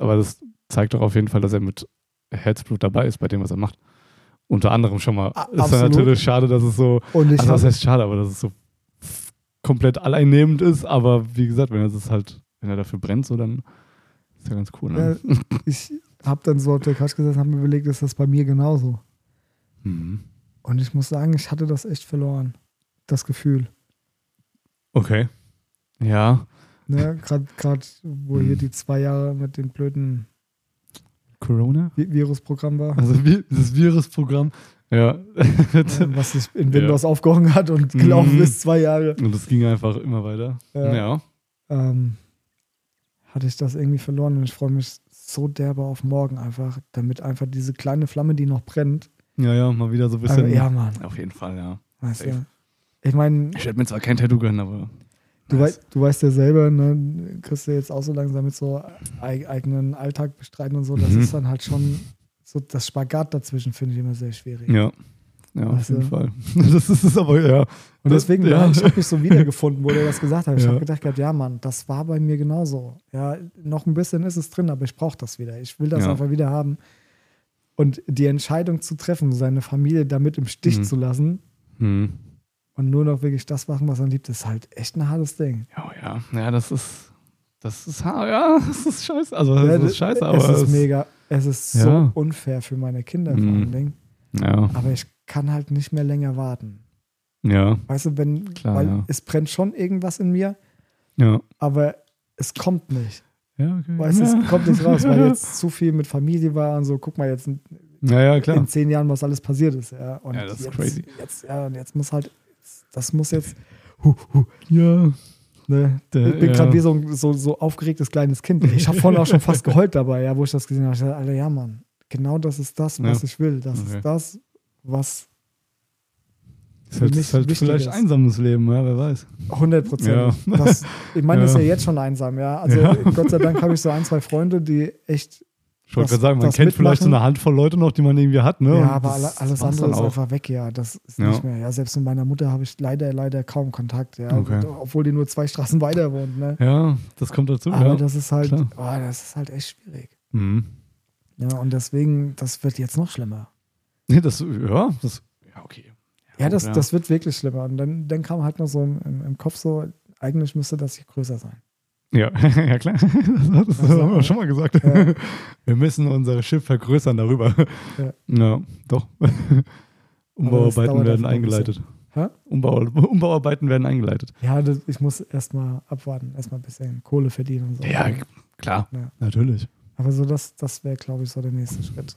[SPEAKER 1] aber das zeigt doch auf jeden Fall, dass er mit Herzblut dabei ist bei dem, was er macht. Unter anderem schon mal.
[SPEAKER 2] A-
[SPEAKER 1] ist dann
[SPEAKER 2] Ah, absolut.
[SPEAKER 1] natürlich schade, dass es so,
[SPEAKER 2] und ich
[SPEAKER 1] also das
[SPEAKER 2] hab,
[SPEAKER 1] heißt schade, aber dass es so f- komplett alleinnehmend ist. Aber wie gesagt, wenn er das halt, wenn er dafür brennt, so dann ist ja ganz cool. Ne?
[SPEAKER 2] äh, ich hab dann so auf der Couch gesessen, habe mir überlegt, ist das bei mir genauso.
[SPEAKER 1] Mhm.
[SPEAKER 2] Und ich muss sagen, ich hatte das echt verloren. Das Gefühl.
[SPEAKER 1] Okay. Ja, [laughs]
[SPEAKER 2] Ne? Gerade wo
[SPEAKER 1] Mhm.
[SPEAKER 2] hier die zwei Jahre mit dem blöden
[SPEAKER 1] Corona.
[SPEAKER 2] Vi-
[SPEAKER 1] [laughs]
[SPEAKER 2] Virusprogramm war, ne?
[SPEAKER 1] Also wie- das Virusprogramm. Ja.
[SPEAKER 2] äh, was sich in Windows aufgehangen hat und gelaufen
[SPEAKER 1] Mhm.
[SPEAKER 2] ist zwei Jahre.
[SPEAKER 1] [laughs] Und das ging einfach immer weiter.
[SPEAKER 2] Ja.
[SPEAKER 1] Ja.
[SPEAKER 2] ähm, hatte ich das irgendwie verloren und ich freue mich so derbe auf morgen einfach, damit einfach diese kleine Flamme, die noch brennt.
[SPEAKER 1] Ja, ja, mal wieder so ein bisschen.
[SPEAKER 2] Also, ja, Mann.
[SPEAKER 1] Auf jeden Fall, ja.
[SPEAKER 2] Weißt du,
[SPEAKER 1] safe.
[SPEAKER 2] ich meine,
[SPEAKER 1] Ich hätte mir zwar kein Tattoo gönnen, aber.
[SPEAKER 2] du,
[SPEAKER 1] Nice.
[SPEAKER 2] weißt, du weißt ja selber, ne, kriegst du jetzt auch so langsam mit so eig eigenen Alltag bestreiten und so, das
[SPEAKER 1] Mhm.
[SPEAKER 2] ist dann halt schon so das Spagat dazwischen, finde ich immer sehr schwierig.
[SPEAKER 1] Ja. Ja, auf
[SPEAKER 2] Weißt du?
[SPEAKER 1] jeden Fall. [laughs] Das ist es aber, ja.
[SPEAKER 2] Also Und deswegen,
[SPEAKER 1] ja.
[SPEAKER 2] ja. ich habe mich so wiedergefunden, wo der das gesagt hat. Ich
[SPEAKER 1] Ja.
[SPEAKER 2] habe gedacht, gehabt, ja, Mann, das war bei mir genauso. Ja, noch ein bisschen ist es drin, aber ich brauche das wieder. Ich will das
[SPEAKER 1] Ja.
[SPEAKER 2] einfach wieder haben. Und die Entscheidung zu treffen, seine Familie damit im Stich
[SPEAKER 1] Mhm.
[SPEAKER 2] zu lassen
[SPEAKER 1] [laughs] Hm.
[SPEAKER 2] und nur noch wirklich das machen, was man liebt, ist halt echt ein hartes Ding.
[SPEAKER 1] Ja, Oh ja. Ja, das ist. Das ist ha- ja, [laughs] das ist scheiße. Also das
[SPEAKER 2] Ja,
[SPEAKER 1] ist scheiße, aber.
[SPEAKER 2] es ist
[SPEAKER 1] es-
[SPEAKER 2] mega, es ist so
[SPEAKER 1] Ja.
[SPEAKER 2] unfair für meine Kinder vor
[SPEAKER 1] Mhm.
[SPEAKER 2] allen Dingen.
[SPEAKER 1] Ja,
[SPEAKER 2] Aber ich kann halt nicht mehr länger warten.
[SPEAKER 1] ja,
[SPEAKER 2] Weißt du, wenn,
[SPEAKER 1] Klar,
[SPEAKER 2] weil
[SPEAKER 1] ja.
[SPEAKER 2] es brennt schon irgendwas in mir,
[SPEAKER 1] ja.
[SPEAKER 2] aber es kommt nicht.
[SPEAKER 1] Ja, okay.
[SPEAKER 2] Weißt du,
[SPEAKER 1] ja.
[SPEAKER 2] es kommt nicht raus, weil
[SPEAKER 1] [laughs]
[SPEAKER 2] jetzt zu viel mit Familie war und so. Guck mal jetzt in,
[SPEAKER 1] Ja, ja, klar.
[SPEAKER 2] in zehn Jahren, was alles passiert ist. Ja, und
[SPEAKER 1] Ja, das ist
[SPEAKER 2] jetzt,
[SPEAKER 1] crazy.
[SPEAKER 2] Jetzt, ja, und jetzt muss halt, das muss jetzt,
[SPEAKER 1] Ja.
[SPEAKER 2] ne?
[SPEAKER 1] Der-
[SPEAKER 2] ich bin
[SPEAKER 1] ja.
[SPEAKER 2] gerade wie so, ein- so, so aufgeregtes kleines Kind. Ich habe vorhin auch
[SPEAKER 1] [laughs]
[SPEAKER 2] schon fast geheult dabei, ja, wo ich das gesehen habe. Ich dachte, Alter, ja, Mann, genau das ist das, was
[SPEAKER 1] Ja.
[SPEAKER 2] ich will. Das
[SPEAKER 1] Okay.
[SPEAKER 2] ist das, was
[SPEAKER 1] Ist halt,
[SPEAKER 2] Für
[SPEAKER 1] ist
[SPEAKER 2] mich
[SPEAKER 1] halt
[SPEAKER 2] wichtig
[SPEAKER 1] vielleicht
[SPEAKER 2] ist.
[SPEAKER 1] einsames Leben, ja, wer weiß.
[SPEAKER 2] 100 Prozent.
[SPEAKER 1] Ja.
[SPEAKER 2] [laughs] das Ich meine, das ist ja
[SPEAKER 1] Ja.
[SPEAKER 2] jetzt schon einsam, ja. Also
[SPEAKER 1] Ja.
[SPEAKER 2] Gott sei Dank habe ich so ein, zwei Freunde, die echt,
[SPEAKER 1] Ich wollte
[SPEAKER 2] Das-
[SPEAKER 1] gerade sagen, man
[SPEAKER 2] das
[SPEAKER 1] kennt vielleicht so
[SPEAKER 2] mitmachen.
[SPEAKER 1] eine Handvoll Leute noch, die man irgendwie hat, ne?
[SPEAKER 2] ja,
[SPEAKER 1] Und
[SPEAKER 2] aber
[SPEAKER 1] das
[SPEAKER 2] alle, alles
[SPEAKER 1] war's
[SPEAKER 2] andere
[SPEAKER 1] dann
[SPEAKER 2] ist
[SPEAKER 1] auch.
[SPEAKER 2] einfach weg, ja. Das ist
[SPEAKER 1] Ja.
[SPEAKER 2] nicht mehr. Ja, selbst mit meiner Mutter habe ich leider, leider kaum Kontakt, ja.
[SPEAKER 1] Okay.
[SPEAKER 2] Obwohl die nur zwei Straßen weiter wohnt, ne?
[SPEAKER 1] Ja, das kommt dazu.
[SPEAKER 2] Aber
[SPEAKER 1] ja.
[SPEAKER 2] das ist halt,
[SPEAKER 1] klar.
[SPEAKER 2] oh, das ist halt echt schwierig.
[SPEAKER 1] Mhm.
[SPEAKER 2] Ja, und deswegen, das wird jetzt noch schlimmer.
[SPEAKER 1] Nee, das, ja, das, ja, okay.
[SPEAKER 2] Ja,
[SPEAKER 1] gut,
[SPEAKER 2] das, das wird wirklich schlimmer. Und dann, dann kam halt noch so im, im, im Kopf so, eigentlich müsste das hier größer sein.
[SPEAKER 1] Ja, [laughs] ja klar. Das, das haben wir schon mal gesagt.
[SPEAKER 2] Ja.
[SPEAKER 1] Wir müssen unser Schiff vergrößern darüber.
[SPEAKER 2] Ja.
[SPEAKER 1] Ja,
[SPEAKER 2] [laughs]
[SPEAKER 1] doch. Umbauarbeiten
[SPEAKER 2] dauert einfach
[SPEAKER 1] werden
[SPEAKER 2] ein
[SPEAKER 1] eingeleitet.
[SPEAKER 2] Hä?
[SPEAKER 1] Umbau, Umbauarbeiten werden eingeleitet.
[SPEAKER 2] Ja, das, ich muss erstmal abwarten, erstmal ein bisschen Kohle verdienen und so.
[SPEAKER 1] Ja, klar,
[SPEAKER 2] Ja.
[SPEAKER 1] natürlich.
[SPEAKER 2] Aber so, das, das wäre, glaube ich, so der nächste Schritt.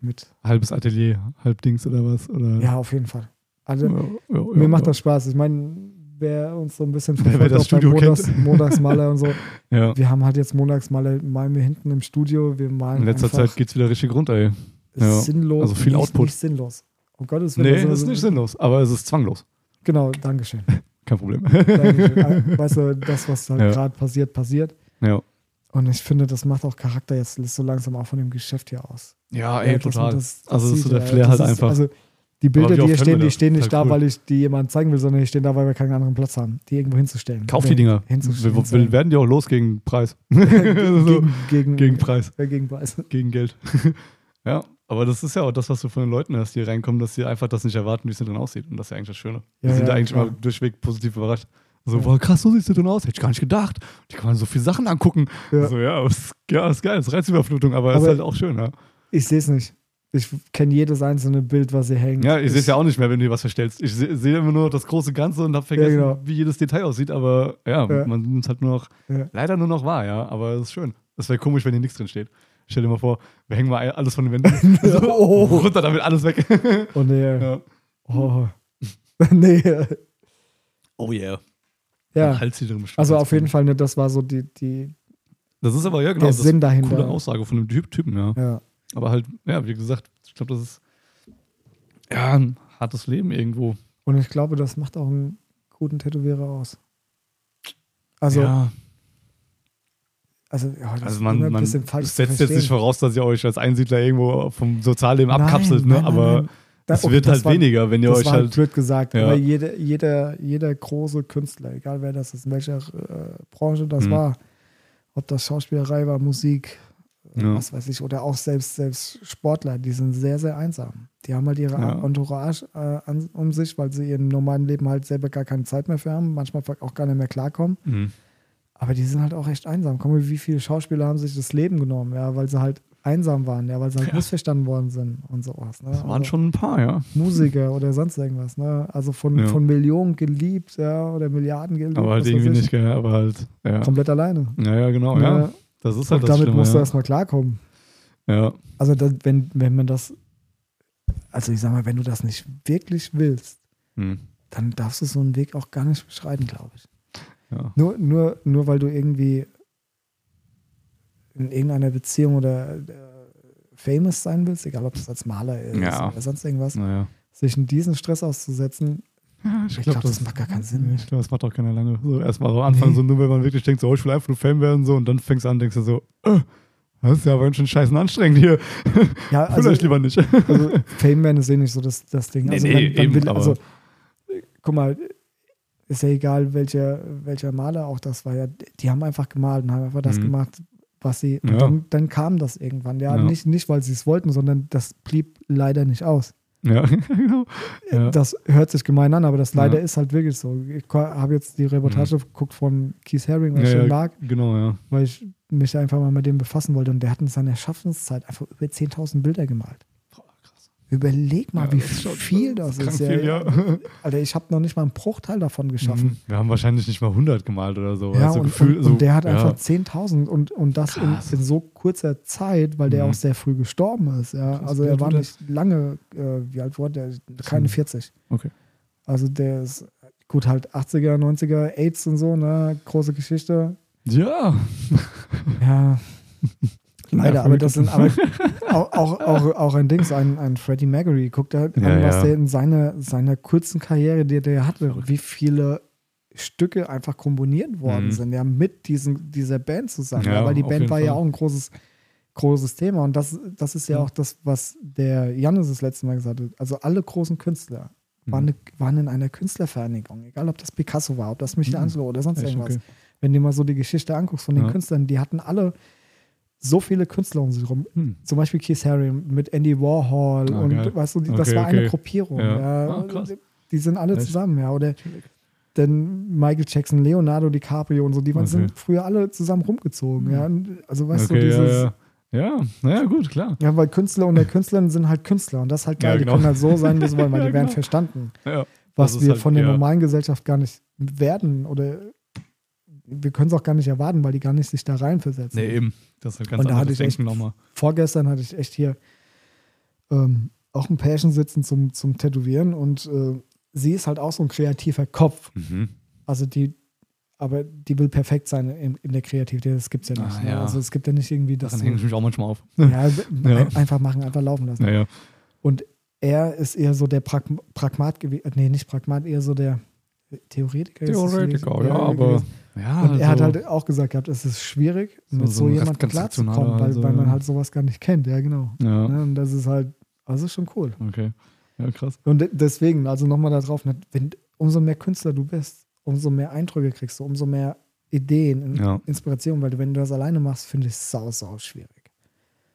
[SPEAKER 2] Mit.
[SPEAKER 1] Halbes Atelier, halb Dings oder was? Oder,
[SPEAKER 2] Ja, auf jeden Fall. Also,
[SPEAKER 1] Ja, ja, ja,
[SPEAKER 2] mir macht
[SPEAKER 1] ja.
[SPEAKER 2] das Spaß. Ich meine, wer uns so ein bisschen
[SPEAKER 1] Wer- wer
[SPEAKER 2] verfolgt,
[SPEAKER 1] das
[SPEAKER 2] auch beim
[SPEAKER 1] Studio
[SPEAKER 2] Montags,
[SPEAKER 1] kennt.
[SPEAKER 2] Montagsmaler
[SPEAKER 1] [laughs]
[SPEAKER 2] und so.
[SPEAKER 1] Ja.
[SPEAKER 2] Wir haben halt jetzt Montagsmaler, malen wir hinten im Studio, wir malen
[SPEAKER 1] In letzter
[SPEAKER 2] einfach
[SPEAKER 1] Zeit geht es wieder richtig rund, ey. ja.
[SPEAKER 2] sinnlos.
[SPEAKER 1] Also viel
[SPEAKER 2] nicht,
[SPEAKER 1] Output.
[SPEAKER 2] Nicht sinnlos. Um Gottes Willen.
[SPEAKER 1] Nee,
[SPEAKER 2] also-
[SPEAKER 1] das ist nicht sinnlos, aber es ist zwanglos.
[SPEAKER 2] Genau, Dankeschön.
[SPEAKER 1] Kein Problem.
[SPEAKER 2] [laughs] Dankeschön. weißt du, das, was da
[SPEAKER 1] Ja.
[SPEAKER 2] gerade passiert, passiert.
[SPEAKER 1] [laughs] ja.
[SPEAKER 2] Und ich finde, das macht auch Charakter jetzt so langsam auch von dem Geschäft hier aus.
[SPEAKER 1] Ja,
[SPEAKER 2] Ja,
[SPEAKER 1] ey,
[SPEAKER 2] dass man
[SPEAKER 1] total.
[SPEAKER 2] das- das
[SPEAKER 1] also das ist so
[SPEAKER 2] sieht,
[SPEAKER 1] der
[SPEAKER 2] ja.
[SPEAKER 1] Flair halt
[SPEAKER 2] Das ist-
[SPEAKER 1] einfach.
[SPEAKER 2] Also die Bilder,
[SPEAKER 1] wie
[SPEAKER 2] die
[SPEAKER 1] oft
[SPEAKER 2] hier
[SPEAKER 1] hören wir
[SPEAKER 2] stehen, die
[SPEAKER 1] das?
[SPEAKER 2] stehen nicht
[SPEAKER 1] Ist
[SPEAKER 2] da,
[SPEAKER 1] halt cool.
[SPEAKER 2] weil ich die jemandem zeigen will, sondern die stehen da, weil wir keinen anderen Platz haben, die irgendwo hinzustellen.
[SPEAKER 1] Kauf
[SPEAKER 2] Oder
[SPEAKER 1] die Dinger.
[SPEAKER 2] Hinzustellen.
[SPEAKER 1] Wir, wir werden die auch los gegen
[SPEAKER 2] [laughs]
[SPEAKER 1] Preis. [laughs] so,
[SPEAKER 2] gegen, gegen,
[SPEAKER 1] gegen Preis,
[SPEAKER 2] äh, gegen Preis.
[SPEAKER 1] gegen Geld. [laughs] ja, aber das ist ja auch das, was du von den Leuten hörst, die reinkommen, dass sie einfach das nicht erwarten, wie es hier drin aussieht. Und das ist ja eigentlich das Schöne. Wir
[SPEAKER 2] Ja,
[SPEAKER 1] sind
[SPEAKER 2] ja,
[SPEAKER 1] ja, eigentlich
[SPEAKER 2] klar.
[SPEAKER 1] mal durchweg positiv überrascht. So,
[SPEAKER 2] Ja.
[SPEAKER 1] boah, krass, so siehst du drin aus. Hätte ich gar nicht gedacht. Die kann man so viele Sachen angucken.
[SPEAKER 2] Ja.
[SPEAKER 1] So, ja, ist, ja, ist geil, ist Reizüberflutung, aber, ist
[SPEAKER 2] Aber-
[SPEAKER 1] halt auch schön, ja.
[SPEAKER 2] Ich sehe es nicht. Ich kenne jedes einzelne Bild, was hier hängt.
[SPEAKER 1] Ja, ich sehe es ja auch nicht mehr, wenn du dir was verstellst. Ich se- sehe immer nur noch das große Ganze und habe vergessen,
[SPEAKER 2] Ja, genau.
[SPEAKER 1] wie jedes Detail aussieht. Aber ja,
[SPEAKER 2] Ja.
[SPEAKER 1] man nimmt es halt nur noch,
[SPEAKER 2] Ja.
[SPEAKER 1] leider nur noch wahr, ja. Aber es ist schön. Es wäre komisch, wenn hier nichts drin steht. Stell dir mal vor, wir hängen mal alles von den Wänden [laughs] so,
[SPEAKER 2] [laughs] Oh.
[SPEAKER 1] runter, damit alles weg.
[SPEAKER 2] Oh nee.
[SPEAKER 1] ja.
[SPEAKER 2] Oh. [laughs] nee.
[SPEAKER 1] Oh yeah.
[SPEAKER 2] Ja.
[SPEAKER 1] Halt sie drin
[SPEAKER 2] Also auf jeden Fall, ne, das war so die, die,
[SPEAKER 1] Das ist aber ja genau
[SPEAKER 2] der
[SPEAKER 1] das ist
[SPEAKER 2] Sinn
[SPEAKER 1] eine coole
[SPEAKER 2] dahinter.
[SPEAKER 1] Aussage von dem Typ, Typen, ja.
[SPEAKER 2] Ja.
[SPEAKER 1] Aber halt, ja, wie gesagt, ich glaube, das ist ja ein hartes Leben irgendwo.
[SPEAKER 2] Und ich glaube, das macht auch einen guten Tätowierer aus. Also,
[SPEAKER 1] ja,
[SPEAKER 2] also, ja, das
[SPEAKER 1] also
[SPEAKER 2] ist immer
[SPEAKER 1] man,
[SPEAKER 2] ein
[SPEAKER 1] man
[SPEAKER 2] bisschen falsch. zu
[SPEAKER 1] setzt jetzt nicht
[SPEAKER 2] verstehen.
[SPEAKER 1] voraus, dass ihr euch als Einsiedler irgendwo vom Sozialleben abkapselt,
[SPEAKER 2] Nein,
[SPEAKER 1] ne?
[SPEAKER 2] nein, nein,
[SPEAKER 1] aber
[SPEAKER 2] nein. Da-
[SPEAKER 1] es
[SPEAKER 2] okay,
[SPEAKER 1] wird
[SPEAKER 2] das
[SPEAKER 1] halt
[SPEAKER 2] war-
[SPEAKER 1] weniger, wenn ihr
[SPEAKER 2] Das
[SPEAKER 1] euch
[SPEAKER 2] war halt
[SPEAKER 1] halt.
[SPEAKER 2] blöd gesagt,
[SPEAKER 1] Ja.
[SPEAKER 2] aber jeder, jeder, jeder große Künstler, egal wer das ist, in welcher äh, Branche das
[SPEAKER 1] Mhm.
[SPEAKER 2] war, ob das Schauspielerei war, Musik, äh,
[SPEAKER 1] Ja.
[SPEAKER 2] was weiß ich, oder auch selbst, selbst Sportler, die sind sehr, sehr einsam. Die haben halt ihre
[SPEAKER 1] Ja.
[SPEAKER 2] Entourage äh, an, um sich, weil sie ihrem normalen Leben halt selber gar keine Zeit mehr für haben, manchmal auch gar nicht mehr klarkommen.
[SPEAKER 1] Mhm.
[SPEAKER 2] Aber die sind halt auch echt einsam. Guck mal, wie viele Schauspieler haben sich das Leben genommen, ja, weil sie halt einsam waren, ja, weil sie halt
[SPEAKER 1] Ja.
[SPEAKER 2] missverstanden worden sind und sowas. Ne?
[SPEAKER 1] Das waren
[SPEAKER 2] Also-
[SPEAKER 1] schon ein paar, ja.
[SPEAKER 2] Musiker oder sonst irgendwas, ne? Also von,
[SPEAKER 1] Ja.
[SPEAKER 2] von Millionen geliebt, ja, oder Milliarden geliebt.
[SPEAKER 1] Aber halt
[SPEAKER 2] was weiß
[SPEAKER 1] irgendwie
[SPEAKER 2] ich.
[SPEAKER 1] nicht, gell? Aber halt, ja.
[SPEAKER 2] Komplett alleine.
[SPEAKER 1] Ja, ja, genau, ja.
[SPEAKER 2] Ne?
[SPEAKER 1] Das ist halt
[SPEAKER 2] Und
[SPEAKER 1] das
[SPEAKER 2] damit
[SPEAKER 1] Schlimme,
[SPEAKER 2] musst du
[SPEAKER 1] ja.
[SPEAKER 2] erstmal klarkommen.
[SPEAKER 1] ja.
[SPEAKER 2] Also da- wenn, wenn man das, also ich sag mal, wenn du das nicht wirklich willst,
[SPEAKER 1] Hm.
[SPEAKER 2] dann darfst du so einen Weg auch gar nicht beschreiten, glaube ich.
[SPEAKER 1] Ja.
[SPEAKER 2] Nur, nur, nur weil du irgendwie in irgendeiner Beziehung oder äh, famous sein willst, egal ob das als Maler ist
[SPEAKER 1] Ja.
[SPEAKER 2] oder sonst irgendwas,
[SPEAKER 1] Naja.
[SPEAKER 2] sich in diesen Stress auszusetzen,
[SPEAKER 1] Ich
[SPEAKER 2] ich
[SPEAKER 1] glaub,
[SPEAKER 2] glaube, das macht
[SPEAKER 1] [laughs]
[SPEAKER 2] gar keinen Sinn.
[SPEAKER 1] Nee, Ich glaube, das macht auch keiner lange. So erstmal am Anfang, so nur wenn man wirklich denkt, so, oh, ich will einfach nur Fan werden, so, und dann fängst du an, denkst du so, äh, das ist ja aber ganz schön scheißen anstrengend hier.
[SPEAKER 2] Ja,
[SPEAKER 1] Also,
[SPEAKER 2] also
[SPEAKER 1] Vielleicht lieber nicht. [laughs]
[SPEAKER 2] Also Fame werden ist eh nicht so das, das Ding.
[SPEAKER 1] Nee,
[SPEAKER 2] Also,
[SPEAKER 1] nee,
[SPEAKER 2] man, man
[SPEAKER 1] eben,
[SPEAKER 2] will,
[SPEAKER 1] aber-
[SPEAKER 2] also äh, guck mal, ist ja egal, welcher, welcher Maler auch das war. Ja, die haben einfach gemalt und haben einfach das
[SPEAKER 1] Mhm.
[SPEAKER 2] gemacht, was sie. Und
[SPEAKER 1] Ja.
[SPEAKER 2] dann, dann kam das irgendwann. Ja,
[SPEAKER 1] Ja.
[SPEAKER 2] Nicht, nicht, weil sie es wollten, sondern das blieb leider nicht aus.
[SPEAKER 1] ja, [laughs] genau. Ja.
[SPEAKER 2] Das hört sich gemein an, aber das leider
[SPEAKER 1] Ja. Mhm.
[SPEAKER 2] ist halt wirklich so. Ich habe jetzt die Reportage geguckt von Keith Haring, weil ich
[SPEAKER 1] Ja,
[SPEAKER 2] den
[SPEAKER 1] ja.
[SPEAKER 2] mag,
[SPEAKER 1] Genau, ja.
[SPEAKER 2] weil ich mich einfach mal mit dem befassen wollte. Und der hat in seiner Schaffenszeit einfach über 10.000 Bilder gemalt.
[SPEAKER 1] Boah, krass.
[SPEAKER 2] Überleg mal,
[SPEAKER 1] Ja,
[SPEAKER 2] wie
[SPEAKER 1] das ist schon-
[SPEAKER 2] viel das
[SPEAKER 1] krank
[SPEAKER 2] ist. Ja,
[SPEAKER 1] viel,
[SPEAKER 2] ja. [laughs]
[SPEAKER 1] ja.
[SPEAKER 2] Alter, ich habe noch nicht mal einen Bruchteil davon geschaffen.
[SPEAKER 1] Mhm. Wir haben wahrscheinlich nicht mal 100 gemalt oder so.
[SPEAKER 2] Ja,
[SPEAKER 1] also
[SPEAKER 2] und,
[SPEAKER 1] Gefühl,
[SPEAKER 2] und,
[SPEAKER 1] so,
[SPEAKER 2] und der hat
[SPEAKER 1] ja.
[SPEAKER 2] einfach 10.000 und, und das in,
[SPEAKER 1] Krass.
[SPEAKER 2] in so kurzer Zeit, weil der
[SPEAKER 1] Mhm.
[SPEAKER 2] auch sehr früh gestorben ist. Ja.
[SPEAKER 1] Krass,
[SPEAKER 2] also
[SPEAKER 1] wie
[SPEAKER 2] er
[SPEAKER 1] alt
[SPEAKER 2] war
[SPEAKER 1] wurde
[SPEAKER 2] nicht lange, äh, wie alt wurde der? Keine 40.
[SPEAKER 1] Okay.
[SPEAKER 2] Also der ist gut halt 80er, 90er, AIDS und so, ne? Große Geschichte.
[SPEAKER 1] Ja. [laughs]
[SPEAKER 2] Ja. Leider,
[SPEAKER 1] Ja,
[SPEAKER 2] aber das sind aber
[SPEAKER 1] [laughs]
[SPEAKER 2] auch, auch, auch, auch ein Dings, ein, ein Freddie Mercury. Guck da an,
[SPEAKER 1] Ja,
[SPEAKER 2] was
[SPEAKER 1] ja.
[SPEAKER 2] der in seiner, seiner kurzen Karriere, die der hatte, wie viele Stücke einfach komponiert worden
[SPEAKER 1] Mhm.
[SPEAKER 2] sind, ja, mit diesen, dieser Band zusammen.
[SPEAKER 1] Ja,
[SPEAKER 2] Ja, weil die
[SPEAKER 1] auf
[SPEAKER 2] Band
[SPEAKER 1] jeden
[SPEAKER 2] war ja
[SPEAKER 1] Fall. Mhm.
[SPEAKER 2] auch ein großes, großes Thema. Und das, das ist ja
[SPEAKER 1] Ja.
[SPEAKER 2] auch das, was der Jannis das letzte Mal gesagt hat. Also alle großen Künstler waren,
[SPEAKER 1] Mhm.
[SPEAKER 2] ne, waren in einer Künstlervereinigung. Egal, ob das Picasso war, ob das Michelangelo oder sonst
[SPEAKER 1] Echt,
[SPEAKER 2] irgendwas
[SPEAKER 1] Mhm. okay.
[SPEAKER 2] wenn du mal so die Geschichte anguckst von den
[SPEAKER 1] Ja.
[SPEAKER 2] Künstlern, die hatten alle so viele Künstler um sich rum.
[SPEAKER 1] Hm.
[SPEAKER 2] Zum Beispiel Keith Haring mit Andy Warhol
[SPEAKER 1] Ah,
[SPEAKER 2] und
[SPEAKER 1] geil.
[SPEAKER 2] weißt du, die, das
[SPEAKER 1] Okay,
[SPEAKER 2] war eine
[SPEAKER 1] okay.
[SPEAKER 2] Gruppierung.
[SPEAKER 1] Ja.
[SPEAKER 2] Ja.
[SPEAKER 1] Ah, krass.
[SPEAKER 2] die sind alle
[SPEAKER 1] Echt?
[SPEAKER 2] zusammen, ja. Oder denn Michael Jackson, Leonardo DiCaprio und so, die waren
[SPEAKER 1] Okay. Mhm.
[SPEAKER 2] sind früher alle zusammen rumgezogen. Ja. Und Also weißt
[SPEAKER 1] okay,
[SPEAKER 2] du, dieses.
[SPEAKER 1] ja, ja. ja, naja, gut, klar.
[SPEAKER 2] Ja, weil Künstler unter Künstlern sind halt Künstler und das ist halt geil.
[SPEAKER 1] Ja,
[SPEAKER 2] Die
[SPEAKER 1] genau.
[SPEAKER 2] können halt so sein, wie sie wollen,
[SPEAKER 1] [laughs]
[SPEAKER 2] weil
[SPEAKER 1] Ja,
[SPEAKER 2] die werden
[SPEAKER 1] genau.
[SPEAKER 2] verstanden
[SPEAKER 1] Ja.
[SPEAKER 2] was
[SPEAKER 1] Das ist
[SPEAKER 2] wir
[SPEAKER 1] halt,
[SPEAKER 2] von der
[SPEAKER 1] ja.
[SPEAKER 2] normalen Gesellschaft gar nicht werden oder wir können es auch gar nicht erwarten, weil die gar nicht sich da reinversetzen.
[SPEAKER 1] Nee, eben. Das ist halt ganz
[SPEAKER 2] Und da hatte
[SPEAKER 1] anderes
[SPEAKER 2] ich echt-
[SPEAKER 1] Denken nochmal.
[SPEAKER 2] Vorgestern hatte ich echt hier ähm, auch ein Pärchen sitzen zum, zum Tätowieren und äh, sie ist halt auch so ein kreativer Kopf.
[SPEAKER 1] Mhm.
[SPEAKER 2] Also die, aber die will perfekt sein in, in der Kreativität. Das gibt es ja nicht.
[SPEAKER 1] Ah,
[SPEAKER 2] ne?
[SPEAKER 1] ja.
[SPEAKER 2] Also es gibt ja nicht irgendwie das.
[SPEAKER 1] Daran hänge ich mich auch manchmal auf.
[SPEAKER 2] [laughs] ja,
[SPEAKER 1] Ja.
[SPEAKER 2] ein- einfach machen, einfach laufen lassen.
[SPEAKER 1] [laughs] Naja.
[SPEAKER 2] Und er ist eher so der Pragm Pragmat gewesen. Nee, nicht Pragmat, eher so der Theoretiker. ist es
[SPEAKER 1] Theoretiker,
[SPEAKER 2] gewesen.
[SPEAKER 1] ja, aber.
[SPEAKER 2] gewesen.
[SPEAKER 1] Ja, also,
[SPEAKER 2] Und er hat
[SPEAKER 1] so-
[SPEAKER 2] halt auch gesagt gehabt, es ist schwierig,
[SPEAKER 1] So-
[SPEAKER 2] mit
[SPEAKER 1] so
[SPEAKER 2] so,
[SPEAKER 1] ein
[SPEAKER 2] jemandem
[SPEAKER 1] ganz rationaler,
[SPEAKER 2] klarzukommen, weil,
[SPEAKER 1] also,
[SPEAKER 2] weil man
[SPEAKER 1] ja.
[SPEAKER 2] halt sowas gar nicht kennt. Ja, genau.
[SPEAKER 1] Ja,
[SPEAKER 2] Ne, Und das ist halt, also ist schon cool.
[SPEAKER 1] okay. Ja, krass.
[SPEAKER 2] Und de- deswegen, also nochmal darauf, wenn umso mehr Künstler du bist, umso mehr Eindrücke kriegst du, umso mehr Ideen,
[SPEAKER 1] Ja.
[SPEAKER 2] Inspiration, weil du, wenn du das alleine machst, finde ich es sau,
[SPEAKER 1] [laughs]
[SPEAKER 2] sau schwierig.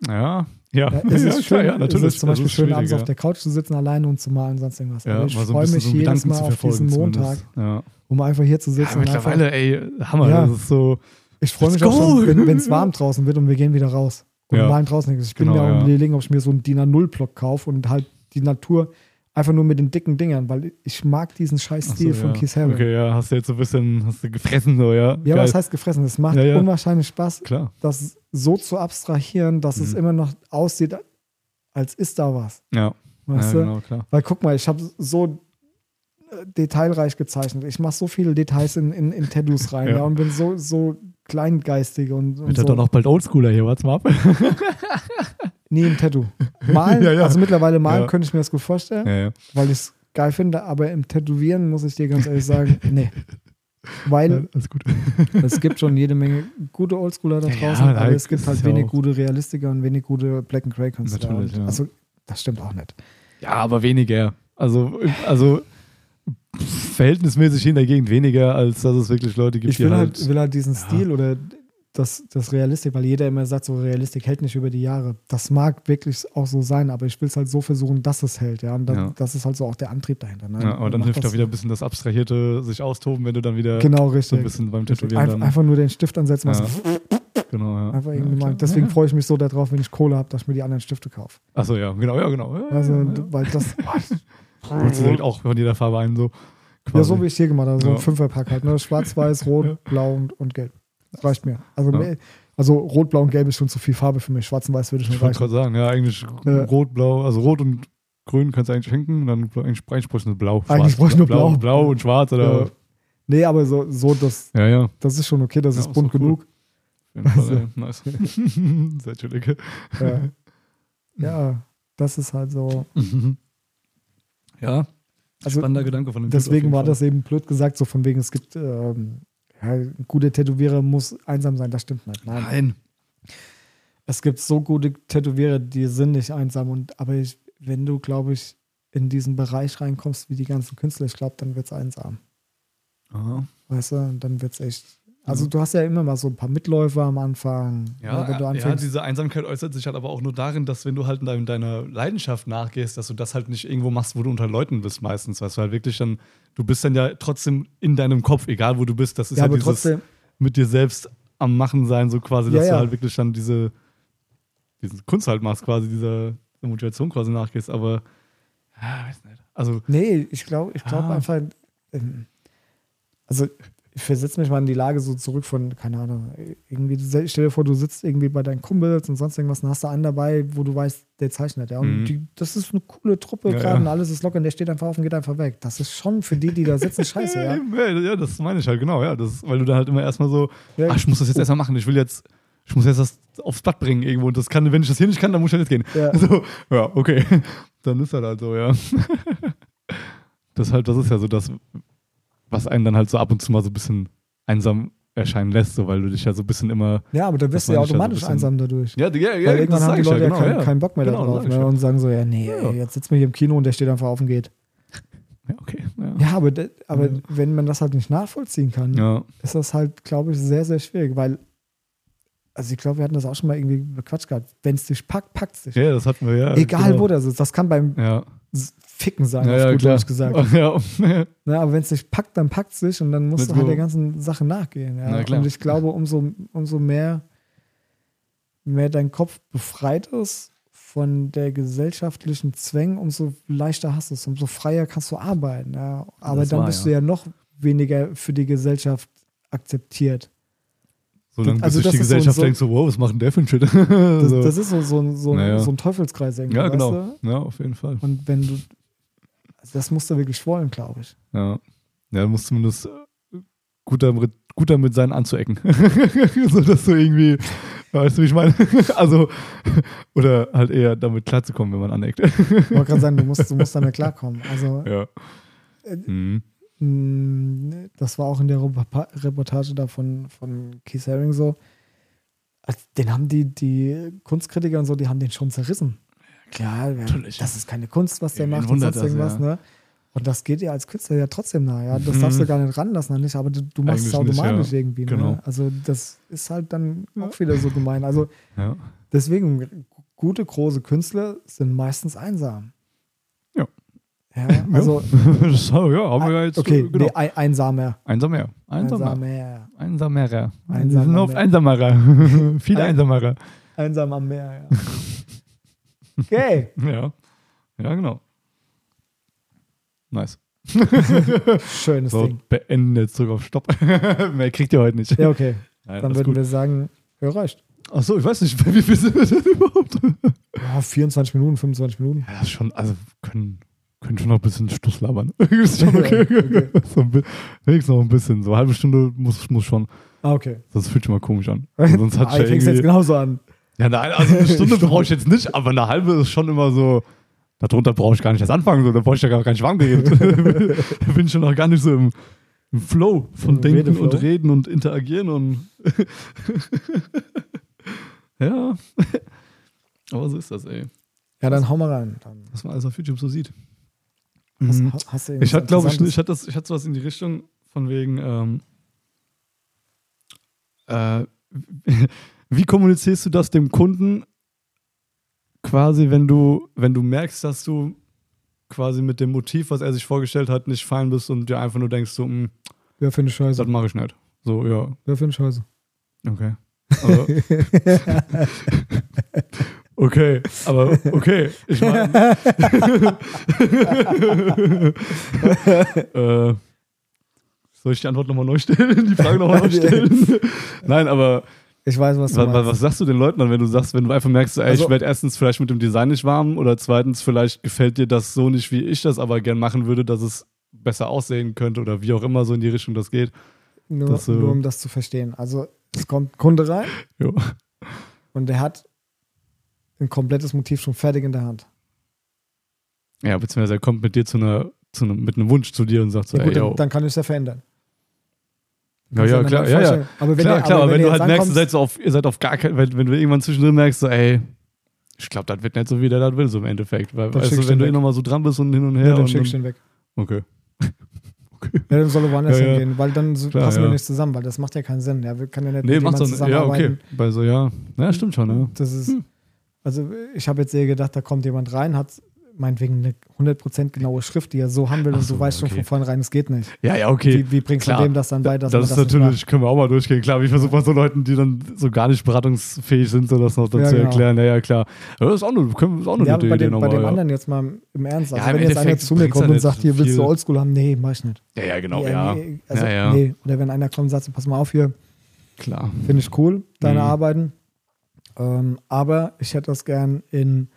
[SPEAKER 1] Ja, [laughs] ja.
[SPEAKER 2] Ja, es
[SPEAKER 1] ja,
[SPEAKER 2] ist
[SPEAKER 1] klar,
[SPEAKER 2] schön,
[SPEAKER 1] ja, natürlich.
[SPEAKER 2] es ist zum
[SPEAKER 1] Das
[SPEAKER 2] Beispiel schön, abends
[SPEAKER 1] schwieriger.
[SPEAKER 2] auf der Couch zu sitzen, alleine und zu malen, sonst irgendwas.
[SPEAKER 1] ja,
[SPEAKER 2] Aber
[SPEAKER 1] mal
[SPEAKER 2] ich
[SPEAKER 1] so ein
[SPEAKER 2] freue
[SPEAKER 1] bisschen
[SPEAKER 2] mich
[SPEAKER 1] so einen
[SPEAKER 2] jedes
[SPEAKER 1] Gedanken
[SPEAKER 2] Mal
[SPEAKER 1] zu
[SPEAKER 2] auf diesen
[SPEAKER 1] verfolgen.
[SPEAKER 2] Montag,
[SPEAKER 1] zumindest. Ja.
[SPEAKER 2] um einfach hier zu
[SPEAKER 1] ja,
[SPEAKER 2] sitzen. und einfach,
[SPEAKER 1] mittlerweile, ey, Hammer.
[SPEAKER 2] Ja.
[SPEAKER 1] Das ist so.
[SPEAKER 2] ich freue mich
[SPEAKER 1] Let's
[SPEAKER 2] auch schon,
[SPEAKER 1] go!
[SPEAKER 2] wenn es warm draußen wird und wir gehen wieder raus. Und
[SPEAKER 1] Ja.
[SPEAKER 2] malen draußen nichts. Ich bin
[SPEAKER 1] Genau,
[SPEAKER 2] mir auch
[SPEAKER 1] ja.
[SPEAKER 2] am überlegen, ob ich mir so einen DIN A0-Block kaufe und halt die Natur einfach nur mit den dicken Dingern, weil ich mag diesen scheiß
[SPEAKER 1] Ach so,
[SPEAKER 2] Stil von
[SPEAKER 1] ja.
[SPEAKER 2] Keith Haring.
[SPEAKER 1] Okay, ja, hast du jetzt so ein bisschen hast du gefressen, so, ja.
[SPEAKER 2] Ja, aber
[SPEAKER 1] Geil.
[SPEAKER 2] was heißt gefressen? Es macht
[SPEAKER 1] Ja, ja.
[SPEAKER 2] unwahrscheinlich Spaß,
[SPEAKER 1] Klar.
[SPEAKER 2] das so zu abstrahieren, dass es
[SPEAKER 1] Mhm.
[SPEAKER 2] immer noch aussieht, als ist da was.
[SPEAKER 1] Ja, ja
[SPEAKER 2] Weißt du?
[SPEAKER 1] genau, klar.
[SPEAKER 2] Weil guck mal, ich habe so äh, detailreich gezeichnet. Ich mache so viele Details in, in, in Tattoos rein
[SPEAKER 1] Ja.
[SPEAKER 2] ja. und bin so, so kleingeistig und, und
[SPEAKER 1] Wird
[SPEAKER 2] so.
[SPEAKER 1] das doch noch bald Oldschooler hier, warte mal ab.
[SPEAKER 2] Nee, im Tattoo.
[SPEAKER 1] [laughs]
[SPEAKER 2] Malen,
[SPEAKER 1] Ja, ja.
[SPEAKER 2] also mittlerweile malen
[SPEAKER 1] Ja.
[SPEAKER 2] könnte ich mir das gut vorstellen,
[SPEAKER 1] Ja,
[SPEAKER 2] [laughs]
[SPEAKER 1] ja.
[SPEAKER 2] weil ich es geil finde, aber im Tätowieren muss ich dir ganz ehrlich sagen, [laughs] nee.
[SPEAKER 1] Ja,
[SPEAKER 2] Weil
[SPEAKER 1] Alles gut.
[SPEAKER 2] [laughs] es gibt schon jede Menge gute Oldschooler da
[SPEAKER 1] Ja, ja,
[SPEAKER 2] draußen,
[SPEAKER 1] da
[SPEAKER 2] aber es gibt
[SPEAKER 1] ist
[SPEAKER 2] halt
[SPEAKER 1] ja
[SPEAKER 2] wenig
[SPEAKER 1] auch-
[SPEAKER 2] gute Realistiker und wenig gute Black and Grey Künstler.
[SPEAKER 1] Natürlich,
[SPEAKER 2] Und-
[SPEAKER 1] ja.
[SPEAKER 2] Also das stimmt auch nicht.
[SPEAKER 1] Ja, aber weniger. Also, also pff, verhältnismäßig in der Gegend weniger, als dass es wirklich Leute gibt,
[SPEAKER 2] Ich will
[SPEAKER 1] die
[SPEAKER 2] halt,
[SPEAKER 1] halt.
[SPEAKER 2] will halt diesen Stil oder das, das Realistik, weil jeder immer sagt, so Realistik hält nicht über die Jahre. Das mag wirklich auch so sein, aber ich will es halt so versuchen, dass es hält. Ja? Und dann,
[SPEAKER 1] Ja.
[SPEAKER 2] das ist halt so auch der Antrieb dahinter. Ne?
[SPEAKER 1] ja, aber dann
[SPEAKER 2] Macht
[SPEAKER 1] hilft
[SPEAKER 2] das-
[SPEAKER 1] auch wieder ein bisschen das Abstrahierte, sich austoben, wenn du dann wieder
[SPEAKER 2] Genau,
[SPEAKER 1] so ein
[SPEAKER 2] richtig.
[SPEAKER 1] bisschen beim
[SPEAKER 2] Richtig.
[SPEAKER 1] Tätowieren
[SPEAKER 2] Einf
[SPEAKER 1] dann.
[SPEAKER 2] einfach nur den Stift ansetzen.
[SPEAKER 1] Ja.
[SPEAKER 2] Ja.
[SPEAKER 1] Genau, ja.
[SPEAKER 2] Einfach
[SPEAKER 1] Ja,
[SPEAKER 2] irgendwie
[SPEAKER 1] klar.
[SPEAKER 2] mal. Deswegen freue ich mich so darauf, wenn ich Kohle habe, dass ich mir die anderen Stifte kaufe.
[SPEAKER 1] Achso, ja, genau, ja, genau. Ja,
[SPEAKER 2] Also,
[SPEAKER 1] ja, ja.
[SPEAKER 2] weil das,
[SPEAKER 1] [laughs] Holst du direkt auch von jeder Farbe einen so.
[SPEAKER 2] ja,
[SPEAKER 1] quasi.
[SPEAKER 2] so wie ich hier gemacht habe, so
[SPEAKER 1] Ja.
[SPEAKER 2] ein Fünferpack halt, ne?
[SPEAKER 1] [laughs]
[SPEAKER 2] Schwarz, Weiß, Rot, Blau und, und Gelb. Das reicht mir. Also,
[SPEAKER 1] Ja.
[SPEAKER 2] mehr- also Rot, Blau und Gelb ist schon zu viel Farbe für mich. Schwarz und Weiß würde schon
[SPEAKER 1] Ich wollte
[SPEAKER 2] reichen.
[SPEAKER 1] gerade sagen, ja, eigentlich
[SPEAKER 2] Ja.
[SPEAKER 1] rot, blau, also rot und grün kannst du eigentlich schenken, dann blau- eigentlich, eigentlich bräuchte ich nur blau. schwarz,
[SPEAKER 2] Eigentlich bräuchte ich nur
[SPEAKER 1] blau.
[SPEAKER 2] blau.
[SPEAKER 1] Blau und schwarz
[SPEAKER 2] Ja.
[SPEAKER 1] oder.
[SPEAKER 2] Nee, aber so, so das,
[SPEAKER 1] Ja, ja.
[SPEAKER 2] das ist schon okay, das
[SPEAKER 1] Ja,
[SPEAKER 2] ist
[SPEAKER 1] ist
[SPEAKER 2] bunt
[SPEAKER 1] doch cool. [laughs]
[SPEAKER 2] genug.
[SPEAKER 1] Auf jeden Fall,
[SPEAKER 2] Also.
[SPEAKER 1] ey. Nice. [laughs] Sehr chillig.
[SPEAKER 2] Ja. ja, das ist halt so.
[SPEAKER 1] Ja,
[SPEAKER 2] Also,
[SPEAKER 1] spannender Gedanke von dem Typ auf
[SPEAKER 2] Deswegen
[SPEAKER 1] jeden
[SPEAKER 2] war
[SPEAKER 1] Fall.
[SPEAKER 2] das eben blöd gesagt, so von wegen, es gibt ähm, ja, ein guter Tätowierer muss einsam sein, das stimmt nicht. Nein.
[SPEAKER 1] Nein.
[SPEAKER 2] Es gibt so gute Tätowierer, die sind nicht einsam und aber ich, wenn du, glaube ich, in diesen Bereich reinkommst, wie die ganzen Künstler, ich glaube, dann wird's einsam.
[SPEAKER 1] Aha.
[SPEAKER 2] Weißt du, Und dann wird's echt. Also
[SPEAKER 1] Ja.
[SPEAKER 2] du hast ja immer mal so ein paar Mitläufer am Anfang,
[SPEAKER 1] Mhm. Ja,
[SPEAKER 2] ne, wenn du
[SPEAKER 1] ja,
[SPEAKER 2] anfängst.
[SPEAKER 1] diese Einsamkeit äußert sich halt aber auch nur darin, dass wenn du halt in dein- deiner Leidenschaft nachgehst, dass du das halt nicht irgendwo machst, wo du unter Leuten bist meistens, weißt du, halt wirklich dann, du bist dann ja trotzdem in deinem Kopf, egal wo du bist, das ist
[SPEAKER 2] ja,
[SPEAKER 1] ja,
[SPEAKER 2] aber
[SPEAKER 1] halt dieses
[SPEAKER 2] trotzdem,
[SPEAKER 1] mit dir selbst am Machen sein, so quasi, dass
[SPEAKER 2] Ja, ja.
[SPEAKER 1] du halt wirklich dann diese, diesen Kunst halt machst, quasi, dieser Motivation quasi nachgehst, aber ja, weiß nicht. Also,
[SPEAKER 2] Nee, ich glaube ich glaub
[SPEAKER 1] Ah.
[SPEAKER 2] einfach, ähm, also ich versetze mich mal in die Lage so zurück von, keine Ahnung, irgendwie, stell dir vor, du sitzt irgendwie bei deinen Kumpels und sonst irgendwas und hast da einen dabei, wo du weißt, der zeichnet, ja. Und
[SPEAKER 1] Mhm.
[SPEAKER 2] die, das ist eine coole Truppe
[SPEAKER 1] Ja,
[SPEAKER 2] gerade
[SPEAKER 1] ja.
[SPEAKER 2] und alles ist locker und der steht einfach auf und geht einfach weg. Das ist schon für die, die
[SPEAKER 1] [laughs]
[SPEAKER 2] da sitzen, scheiße, ja.
[SPEAKER 1] eben, ja, ja, das meine ich halt, genau, ja, das, weil du dann halt immer erstmal so,
[SPEAKER 2] Ja.
[SPEAKER 1] ach, ich muss das jetzt erstmal machen, ich will jetzt, ich muss jetzt das aufs Blatt bringen irgendwo und das kann, wenn ich das hier nicht kann, dann muss ich halt jetzt gehen.
[SPEAKER 2] Ja.
[SPEAKER 1] [laughs] So, ja, okay, [laughs] dann ist das halt so, ja. [laughs] Das halt, das ist ja so das, was einen dann halt so ab und zu mal so ein bisschen einsam erscheinen lässt, so, weil du dich ja so ein bisschen immer
[SPEAKER 2] Ja, dann wirst du
[SPEAKER 1] meine ich halt so ein
[SPEAKER 2] ja automatisch
[SPEAKER 1] bisschen-
[SPEAKER 2] einsam dadurch.
[SPEAKER 1] Ja, ja, ja,
[SPEAKER 2] Weil irgendwann haben die Leute ja, keinen,
[SPEAKER 1] ja.
[SPEAKER 2] keinen Bock mehr
[SPEAKER 1] Genau, das
[SPEAKER 2] darauf
[SPEAKER 1] sag ich
[SPEAKER 2] ne?
[SPEAKER 1] ja.
[SPEAKER 2] und sagen so, ja, nee,
[SPEAKER 1] Ja.
[SPEAKER 2] Ey, jetzt sitzen wir hier im Kino und der steht einfach auf und geht.
[SPEAKER 1] Ja, okay. Ja.
[SPEAKER 2] Ja, aber, de- aber
[SPEAKER 1] Ja.
[SPEAKER 2] wenn man das halt nicht nachvollziehen kann,
[SPEAKER 1] Ja.
[SPEAKER 2] ist das halt, glaube ich, sehr, sehr schwierig, weil, also ich glaube, wir hatten das auch schon mal irgendwie bequatscht gehabt. Wenn es dich packt, packt es dich.
[SPEAKER 1] ja, das hatten wir ja.
[SPEAKER 2] Egal,
[SPEAKER 1] genau.
[SPEAKER 2] wo das ist. Das kann beim
[SPEAKER 1] Ja,
[SPEAKER 2] S- Ficken sein,
[SPEAKER 1] ja,
[SPEAKER 2] auf
[SPEAKER 1] ja
[SPEAKER 2] gut
[SPEAKER 1] klar.
[SPEAKER 2] Deutsch
[SPEAKER 1] [laughs]
[SPEAKER 2] gesagt.
[SPEAKER 1] Ja, ja.
[SPEAKER 2] Ne, aber wenn es dich packt, dann packt es dich und dann musst
[SPEAKER 1] Mit
[SPEAKER 2] du halt
[SPEAKER 1] so-
[SPEAKER 2] der ganzen Sache nachgehen. Ja.
[SPEAKER 1] Na klar.
[SPEAKER 2] Und ich glaube, umso, umso mehr, mehr dein Kopf befreit ist von der gesellschaftlichen Zwängen, umso leichter hast du es, umso freier kannst du arbeiten. Ja. Aber
[SPEAKER 1] Das
[SPEAKER 2] dann
[SPEAKER 1] war,
[SPEAKER 2] bist
[SPEAKER 1] ja.
[SPEAKER 2] du ja noch weniger für die Gesellschaft akzeptiert.
[SPEAKER 1] Solange
[SPEAKER 2] Also
[SPEAKER 1] also, bis
[SPEAKER 2] das
[SPEAKER 1] sich die
[SPEAKER 2] ist so-
[SPEAKER 1] Gesellschaft
[SPEAKER 2] so-
[SPEAKER 1] denkt so, wow, was macht denn der für ein Shit? [laughs]
[SPEAKER 2] Das,
[SPEAKER 1] so.
[SPEAKER 2] das ist so, so, ein- so, ein-
[SPEAKER 1] Also, Naja.
[SPEAKER 2] so ein Teufelskreis irgendwie.
[SPEAKER 1] ja,
[SPEAKER 2] weißt
[SPEAKER 1] genau.
[SPEAKER 2] du?
[SPEAKER 1] Ja, auf jeden Fall.
[SPEAKER 2] Und wenn du. also Das musst du wirklich wollen, glaube ich.
[SPEAKER 1] Ja, ja du musst zumindest äh, gut damit, gut damit sein, anzuecken. [laughs] so, dass du irgendwie, weißt du, wie ich meine? [laughs] also, oder halt eher damit klarzukommen, wenn man aneckt. [laughs]
[SPEAKER 2] Ich wollte gerade sagen, du musst, du musst damit klarkommen. Also,
[SPEAKER 1] ja.
[SPEAKER 2] Äh,
[SPEAKER 1] Mhm.
[SPEAKER 2] mh, Hm, das war auch in der Repa- Reportage da von, von Keith Haring so. Also, Den haben die, die Kunstkritiker und so, die haben den schon zerrissen. Klar, ja,
[SPEAKER 1] Natürlich.
[SPEAKER 2] das ist keine Kunst, was der
[SPEAKER 1] Wen
[SPEAKER 2] macht und
[SPEAKER 1] wundert
[SPEAKER 2] sonst
[SPEAKER 1] das,
[SPEAKER 2] irgendwas,
[SPEAKER 1] ja.
[SPEAKER 2] ne? Und das geht dir als Künstler ja trotzdem nahe, ja. Das
[SPEAKER 1] Mhm.
[SPEAKER 2] darfst du gar nicht ranlassen, an dich, aber du, du machst es
[SPEAKER 1] Eigentlich nicht,
[SPEAKER 2] automatisch
[SPEAKER 1] ja.
[SPEAKER 2] irgendwie.
[SPEAKER 1] Genau.
[SPEAKER 2] Ne? Also das ist halt dann
[SPEAKER 1] Ja.
[SPEAKER 2] auch wieder so gemein. Also
[SPEAKER 1] Ja. [laughs]
[SPEAKER 2] deswegen, g- gute, große Künstler sind meistens einsam.
[SPEAKER 1] [laughs] Ja.
[SPEAKER 2] Ja, also,
[SPEAKER 1] so, ja, haben wir ja jetzt.
[SPEAKER 2] okay,
[SPEAKER 1] genau.
[SPEAKER 2] nee, ein, einsamer.
[SPEAKER 1] Einsamer. Einsamer.
[SPEAKER 2] Meer.
[SPEAKER 1] Einsamerer.
[SPEAKER 2] Einsamer.
[SPEAKER 1] Wir sind oft [laughs] Einsamerer. Viele
[SPEAKER 2] Ein-
[SPEAKER 1] Einsamerer.
[SPEAKER 2] Einsam am Meer, ja. Okay,
[SPEAKER 1] Ja. Ja, genau. Nice.
[SPEAKER 2] schönes
[SPEAKER 1] So,
[SPEAKER 2] Ding.
[SPEAKER 1] beenden jetzt zurück auf Stopp. [laughs] Mehr kriegt ihr heute nicht.
[SPEAKER 2] Ja, okay.
[SPEAKER 1] Nein,
[SPEAKER 2] Dann
[SPEAKER 1] alles
[SPEAKER 2] würden
[SPEAKER 1] gut.
[SPEAKER 2] wir sagen, ja, reicht.
[SPEAKER 1] Achso, ich weiß nicht, [laughs] wie viel sind wir denn überhaupt?
[SPEAKER 2] Ja, 24 Minuten, 25 Minuten.
[SPEAKER 1] Ja, ist schon, also können, können schon noch ein bisschen Schluss labern. [laughs] ist schon okay.
[SPEAKER 2] Ja, okay.
[SPEAKER 1] [laughs] So ein bi- wenigstens noch ein bisschen. So eine halbe Stunde muss, muss schon.
[SPEAKER 2] Ah, okay.
[SPEAKER 1] Sonst fühlt sich mal komisch
[SPEAKER 2] [laughs]
[SPEAKER 1] an. Sonst hat
[SPEAKER 2] ah, ich
[SPEAKER 1] ich
[SPEAKER 2] fängst jetzt
[SPEAKER 1] irgendwie,
[SPEAKER 2] genauso an.
[SPEAKER 1] ja, nein, also
[SPEAKER 2] [laughs]
[SPEAKER 1] eine Stunde brauche ich jetzt nicht, aber eine halbe ist schon immer so. Darunter brauche ich gar nicht erst anfangen, so, da brauche ich ja gar gar nicht warm geredet.
[SPEAKER 2] [laughs]
[SPEAKER 1] da bin ich schon noch gar nicht so im, im Flow von
[SPEAKER 2] Im
[SPEAKER 1] Denken
[SPEAKER 2] Redeflow.
[SPEAKER 1] und Reden und Interagieren und. [laughs] ja. [laughs] Aber so ist das, ey.
[SPEAKER 2] Ja, dann hau mal rein. Dann
[SPEAKER 1] Was man alles auf YouTube so sieht.
[SPEAKER 2] hast,
[SPEAKER 1] Mhm.
[SPEAKER 2] hast, hast du
[SPEAKER 1] Ich hatte,
[SPEAKER 2] irgendwas
[SPEAKER 1] glaube ich,
[SPEAKER 2] Interessantes?
[SPEAKER 1] ich hatte, das, ich hatte sowas in die Richtung von wegen, ähm, äh, [laughs] wie kommunizierst du das dem Kunden quasi, wenn du, wenn du merkst, dass du quasi mit dem Motiv, was er sich vorgestellt hat, nicht fein bist und dir einfach nur denkst, so, "Mh,
[SPEAKER 2] Wer für eine Scheiße.
[SPEAKER 1] das mache ich nicht. So, ja,
[SPEAKER 2] Wer für eine Scheiße. [laughs]
[SPEAKER 1] okay. Also, Aber, okay, aber okay. Ich
[SPEAKER 2] [laughs]
[SPEAKER 1] meine. äh, soll ich die Antwort nochmal neu stellen? [laughs] Die Frage nochmal neu
[SPEAKER 2] [laughs]
[SPEAKER 1] stellen? Nein, aber
[SPEAKER 2] Ich weiß, was
[SPEAKER 1] was,
[SPEAKER 2] du meinst.
[SPEAKER 1] was, was sagst du den Leuten dann, wenn du sagst, wenn du einfach merkst, so, ey, ich
[SPEAKER 2] Also-
[SPEAKER 1] werde erstens vielleicht mit dem Design nicht warm oder zweitens vielleicht gefällt dir das so nicht, wie ich das aber gern machen würde, dass es besser aussehen könnte oder wie auch immer so in die Richtung das geht.
[SPEAKER 2] nur,
[SPEAKER 1] das äh, so-
[SPEAKER 2] nur um das zu verstehen. Also, es kommt Kunde rein
[SPEAKER 1] Jo.
[SPEAKER 2] und der hat ein komplettes Motiv schon fertig in der Hand.
[SPEAKER 1] Ja, beziehungsweise er kommt mit dir zu einer, zu einem, mit einem Wunsch zu dir und sagt so,
[SPEAKER 2] Ja, gut,
[SPEAKER 1] ey, yo.
[SPEAKER 2] dann, dann kann ich es ja verändern.
[SPEAKER 1] Ja, ja,
[SPEAKER 2] Kannst du
[SPEAKER 1] klar,
[SPEAKER 2] dir
[SPEAKER 1] ja, ja.
[SPEAKER 2] vorstellen. Aber wenn
[SPEAKER 1] klar,
[SPEAKER 2] der,
[SPEAKER 1] klar,
[SPEAKER 2] aber
[SPEAKER 1] aber wenn, du
[SPEAKER 2] jetzt
[SPEAKER 1] halt merkst, ihr
[SPEAKER 2] ankommst-
[SPEAKER 1] seid, so auf, ihr seid auf gar kein, wenn, wenn du irgendwann zwischendrin merkst, so, ey, ich glaube, das wird nicht so, wie der das will, so im Endeffekt. Weil,
[SPEAKER 2] Dann
[SPEAKER 1] weißt
[SPEAKER 2] schickst
[SPEAKER 1] du,
[SPEAKER 2] du
[SPEAKER 1] wenn
[SPEAKER 2] ihn
[SPEAKER 1] du eh
[SPEAKER 2] weg.
[SPEAKER 1] nochmal so dran bist und hin und her.
[SPEAKER 2] ja, dann
[SPEAKER 1] und
[SPEAKER 2] schickst du ihn weg.
[SPEAKER 1] okay.
[SPEAKER 2] Ja, dann soll er woanders
[SPEAKER 1] Ja, ja.
[SPEAKER 2] hingehen, weil dann so
[SPEAKER 1] Klar,
[SPEAKER 2] passen wir
[SPEAKER 1] ja.
[SPEAKER 2] nicht zusammen, weil das macht ja keinen Sinn. Ja, wir können ja nicht
[SPEAKER 1] Nee,
[SPEAKER 2] mit
[SPEAKER 1] macht
[SPEAKER 2] jemandem
[SPEAKER 1] so nicht. Ja, okay.
[SPEAKER 2] zusammenarbeiten.
[SPEAKER 1] Bei so, ja. Ja, stimmt schon, ja. Hm.
[SPEAKER 2] Das ist, also ich habe jetzt eher gedacht, da kommt jemand rein, hat meinetwegen eine 100% genaue Schrift, die er so haben will und
[SPEAKER 1] so,
[SPEAKER 2] du weißt schon
[SPEAKER 1] okay.
[SPEAKER 2] von vornherein, es geht nicht.
[SPEAKER 1] Ja, ja, okay.
[SPEAKER 2] Wie, wie bringst
[SPEAKER 1] Klar.
[SPEAKER 2] du dem das dann bei,
[SPEAKER 1] das
[SPEAKER 2] dass man
[SPEAKER 1] ist
[SPEAKER 2] das nicht
[SPEAKER 1] natürlich, können wir auch mal durchgehen. Klar, wie versucht man so Leuten, die dann so gar nicht beratungsfähig sind, so das noch dann
[SPEAKER 2] Ja,
[SPEAKER 1] zu
[SPEAKER 2] genau.
[SPEAKER 1] erklären. Naja, klar. Ja, ist auch eine, können- ist auch eine
[SPEAKER 2] macht? Ja,
[SPEAKER 1] gute
[SPEAKER 2] aber bei
[SPEAKER 1] Idee
[SPEAKER 2] dem, bei
[SPEAKER 1] nochmal.
[SPEAKER 2] dem
[SPEAKER 1] ja.
[SPEAKER 2] anderen jetzt mal im Ernst. Also
[SPEAKER 1] Ja, im
[SPEAKER 2] wenn jetzt einer
[SPEAKER 1] Endeffekt
[SPEAKER 2] zu mir
[SPEAKER 1] bringt's
[SPEAKER 2] kommt
[SPEAKER 1] ja
[SPEAKER 2] und
[SPEAKER 1] nicht
[SPEAKER 2] sagt, hier willst
[SPEAKER 1] viel.
[SPEAKER 2] du Oldschool haben? Nee, mach ich nicht.
[SPEAKER 1] ja, ja, genau,
[SPEAKER 2] Nee,
[SPEAKER 1] ja.
[SPEAKER 2] nee, also,
[SPEAKER 1] ja, ja.
[SPEAKER 2] Nee. Oder wenn einer kommt und sagt, so, pass mal auf hier,
[SPEAKER 1] Klar.
[SPEAKER 2] Finde ich cool, deine
[SPEAKER 1] Mhm.
[SPEAKER 2] Arbeiten. Ähm, aber ich hätte das gern in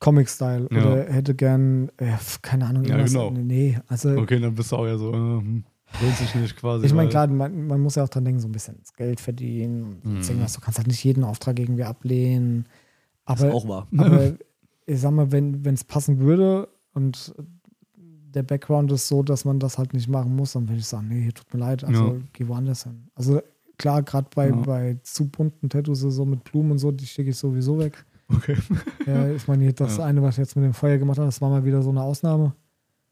[SPEAKER 2] Comic-Style
[SPEAKER 1] Ja.
[SPEAKER 2] oder hätte gern, äh, pf, keine Ahnung,
[SPEAKER 1] Ja,
[SPEAKER 2] irgendwas.
[SPEAKER 1] genau.
[SPEAKER 2] Nee, also
[SPEAKER 1] Okay, also äh, dann bist du auch ja so, äh, hm, lohnt sich nicht quasi.
[SPEAKER 2] ich meine,
[SPEAKER 1] weil-
[SPEAKER 2] klar, man, man muss ja auch dran denken, so ein bisschen das Geld verdienen.
[SPEAKER 1] Mhm.
[SPEAKER 2] und sonst irgendwas. Du kannst halt nicht jeden Auftrag irgendwie ablehnen. Aber,
[SPEAKER 3] Auch wahr.
[SPEAKER 1] [laughs]
[SPEAKER 2] aber ich sag mal, wenn es passen würde und der Background ist so, dass man das halt nicht machen muss, dann würde ich sagen, nee, tut mir leid, also
[SPEAKER 1] Ja.
[SPEAKER 2] geh woanders hin. Also klar, gerade bei,
[SPEAKER 1] Ja.
[SPEAKER 2] bei zu bunten Tattoos, so mit Blumen und so, die schicke ich sowieso weg.
[SPEAKER 1] [laughs] Okay.
[SPEAKER 2] Ja, ich meine, das
[SPEAKER 1] Ja.
[SPEAKER 2] eine, was ich jetzt mit dem Feuer gemacht habe, das war mal wieder so eine Ausnahme.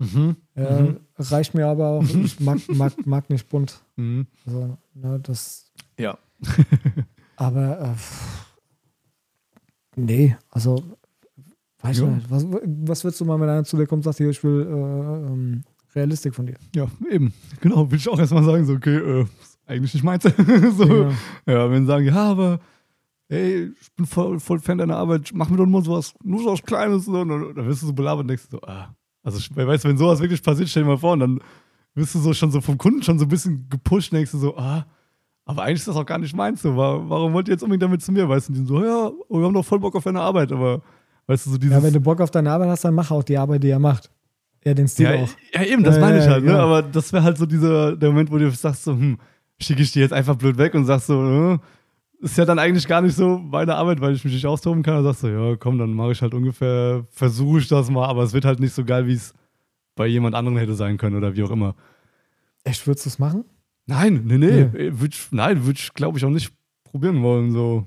[SPEAKER 1] Mhm.
[SPEAKER 2] Äh,
[SPEAKER 1] Mhm.
[SPEAKER 2] Reicht mir aber
[SPEAKER 1] [laughs]
[SPEAKER 2] auch. Ich mag, mag, mag nicht bunt.
[SPEAKER 1] Mhm.
[SPEAKER 2] Also, ne, das,
[SPEAKER 1] Ja.
[SPEAKER 2] aber äh, pff, nee, also weiß
[SPEAKER 1] Jo.
[SPEAKER 2] nicht. Was, was würdest du mal, wenn einer zu dir kommt und sagt, hier, ich will äh, ähm, Realistik von dir?
[SPEAKER 1] Ja, eben. Genau, will ich auch erstmal sagen, so, okay, äh, ist eigentlich nicht meins. [laughs] so, ja.
[SPEAKER 2] Ja.
[SPEAKER 1] wenn sie sagen, ja, aber ey, ich bin voll, voll Fan deiner Arbeit, mach mir doch nur sowas, nur sowas Kleines. So, und dann dann wirst du so belabert und denkst so, ah. Also, ich- wer weiß, wenn sowas wirklich passiert, stell dir mal vor, und dann wirst du so schon so vom Kunden schon so ein bisschen gepusht, und denkst du so, ah, aber eigentlich ist das auch gar nicht meins. So. Wa- Warum wollt ihr jetzt unbedingt damit zu mir? Weißt du, und die so, ja, wir haben doch voll Bock auf deine Arbeit, aber weißt du, so dieses.
[SPEAKER 2] ja, wenn du Bock auf deine Arbeit hast, dann mach auch die Arbeit, die er macht. Ja, den Stil
[SPEAKER 1] Ja,
[SPEAKER 2] auch.
[SPEAKER 1] ja, eben, das
[SPEAKER 2] Ja,
[SPEAKER 1] meine
[SPEAKER 2] ja,
[SPEAKER 1] ich halt, ne?
[SPEAKER 2] ja.
[SPEAKER 1] Aber das wäre halt so dieser der Moment, wo du sagst so, hm, schicke ich die jetzt einfach blöd weg und sagst so, äh, ist ja dann eigentlich gar nicht so meine Arbeit, weil ich mich nicht austoben kann. Und sagst so, ja, komm, dann mache ich halt ungefähr, versuche ich das mal, aber es wird halt nicht so geil, wie es bei jemand anderem hätte sein können oder wie auch immer.
[SPEAKER 2] Echt, würdest du es machen?
[SPEAKER 1] Nein, nee, nee,
[SPEAKER 2] Ja.
[SPEAKER 1] äh, würd ich, nein, würde ich, glaube ich, auch nicht probieren wollen, so.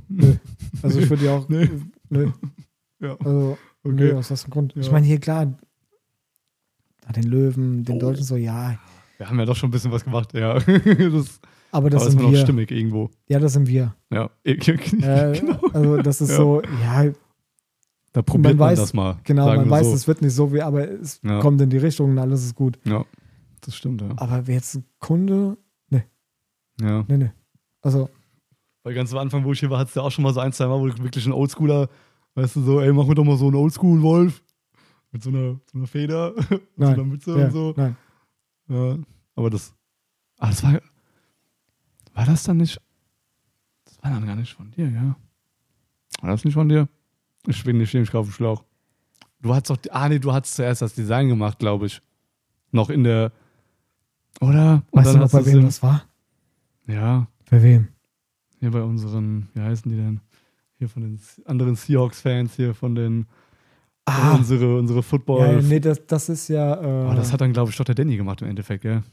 [SPEAKER 1] [laughs]
[SPEAKER 2] Also ich würde ja auch.
[SPEAKER 1] Nee.
[SPEAKER 2] Nö.
[SPEAKER 1] [laughs] Ja.
[SPEAKER 2] Also,
[SPEAKER 1] Okay.
[SPEAKER 2] nö, aus was für einem Grund?
[SPEAKER 1] Ja.
[SPEAKER 2] Ich meine, hier klar, na, den Löwen, den
[SPEAKER 1] Oh.
[SPEAKER 2] Deutschen so, ja.
[SPEAKER 1] Wir haben ja doch schon ein bisschen was gemacht, ja. [laughs] Das, das
[SPEAKER 2] Aber das
[SPEAKER 1] aber ist
[SPEAKER 2] sind
[SPEAKER 1] mir noch
[SPEAKER 2] wir.
[SPEAKER 1] stimmig irgendwo.
[SPEAKER 2] Ja, das
[SPEAKER 1] [laughs]
[SPEAKER 2] sind wir.
[SPEAKER 1] Ja,
[SPEAKER 2] Äh,
[SPEAKER 1] genau.
[SPEAKER 2] Also das ist
[SPEAKER 1] Ja.
[SPEAKER 2] so, ja,
[SPEAKER 1] Da probiert man,
[SPEAKER 2] weiß-
[SPEAKER 1] das mal.
[SPEAKER 2] genau,
[SPEAKER 1] sagen
[SPEAKER 2] man
[SPEAKER 1] wir
[SPEAKER 2] weiß,
[SPEAKER 1] so.
[SPEAKER 2] es wird nicht so wie, aber es
[SPEAKER 1] Ja.
[SPEAKER 2] kommt in die Richtung und alles ist gut.
[SPEAKER 1] Ja, das stimmt, ja.
[SPEAKER 2] Aber wer jetzt ein Kunde,
[SPEAKER 1] ja.
[SPEAKER 2] nee, nee. Also,
[SPEAKER 1] Weil ganz am Anfang, wo ich hier war, hattest du ja auch schon mal so ein, zwei Mal, wo du wirklich ein Oldschooler, weißt du, so, ey, mach mir doch mal so einen Oldschool-Wolf. Mit so einer, so einer Feder [laughs] und so
[SPEAKER 2] Nein,
[SPEAKER 1] einer Mütze
[SPEAKER 2] ja,
[SPEAKER 1] und so.
[SPEAKER 2] nein.
[SPEAKER 1] Ja. Aber das. Ah, das war. War das dann nicht. Das war dann gar nicht von dir, ja. War das nicht von dir? Ich bin nicht chemisch auf dem Schlauch. Du hast doch, ah nee, du hast zuerst das Design gemacht, glaube ich. Noch in der, oder? Und
[SPEAKER 2] Weißt
[SPEAKER 1] dann
[SPEAKER 2] du noch,
[SPEAKER 1] hast
[SPEAKER 2] bei
[SPEAKER 1] du's
[SPEAKER 2] wem
[SPEAKER 1] in-
[SPEAKER 2] das war?
[SPEAKER 1] Ja,
[SPEAKER 2] Bei wem?
[SPEAKER 1] hier bei unseren, wie heißen die denn? Hier von den anderen Seahawks-Fans, hier von den,
[SPEAKER 2] Ah,
[SPEAKER 1] unsere, unsere Football.
[SPEAKER 2] ja, nee, das, das ist ja. Äh,
[SPEAKER 1] Aber Ah, das hat dann, glaube ich, doch der Danny gemacht im Endeffekt, gell?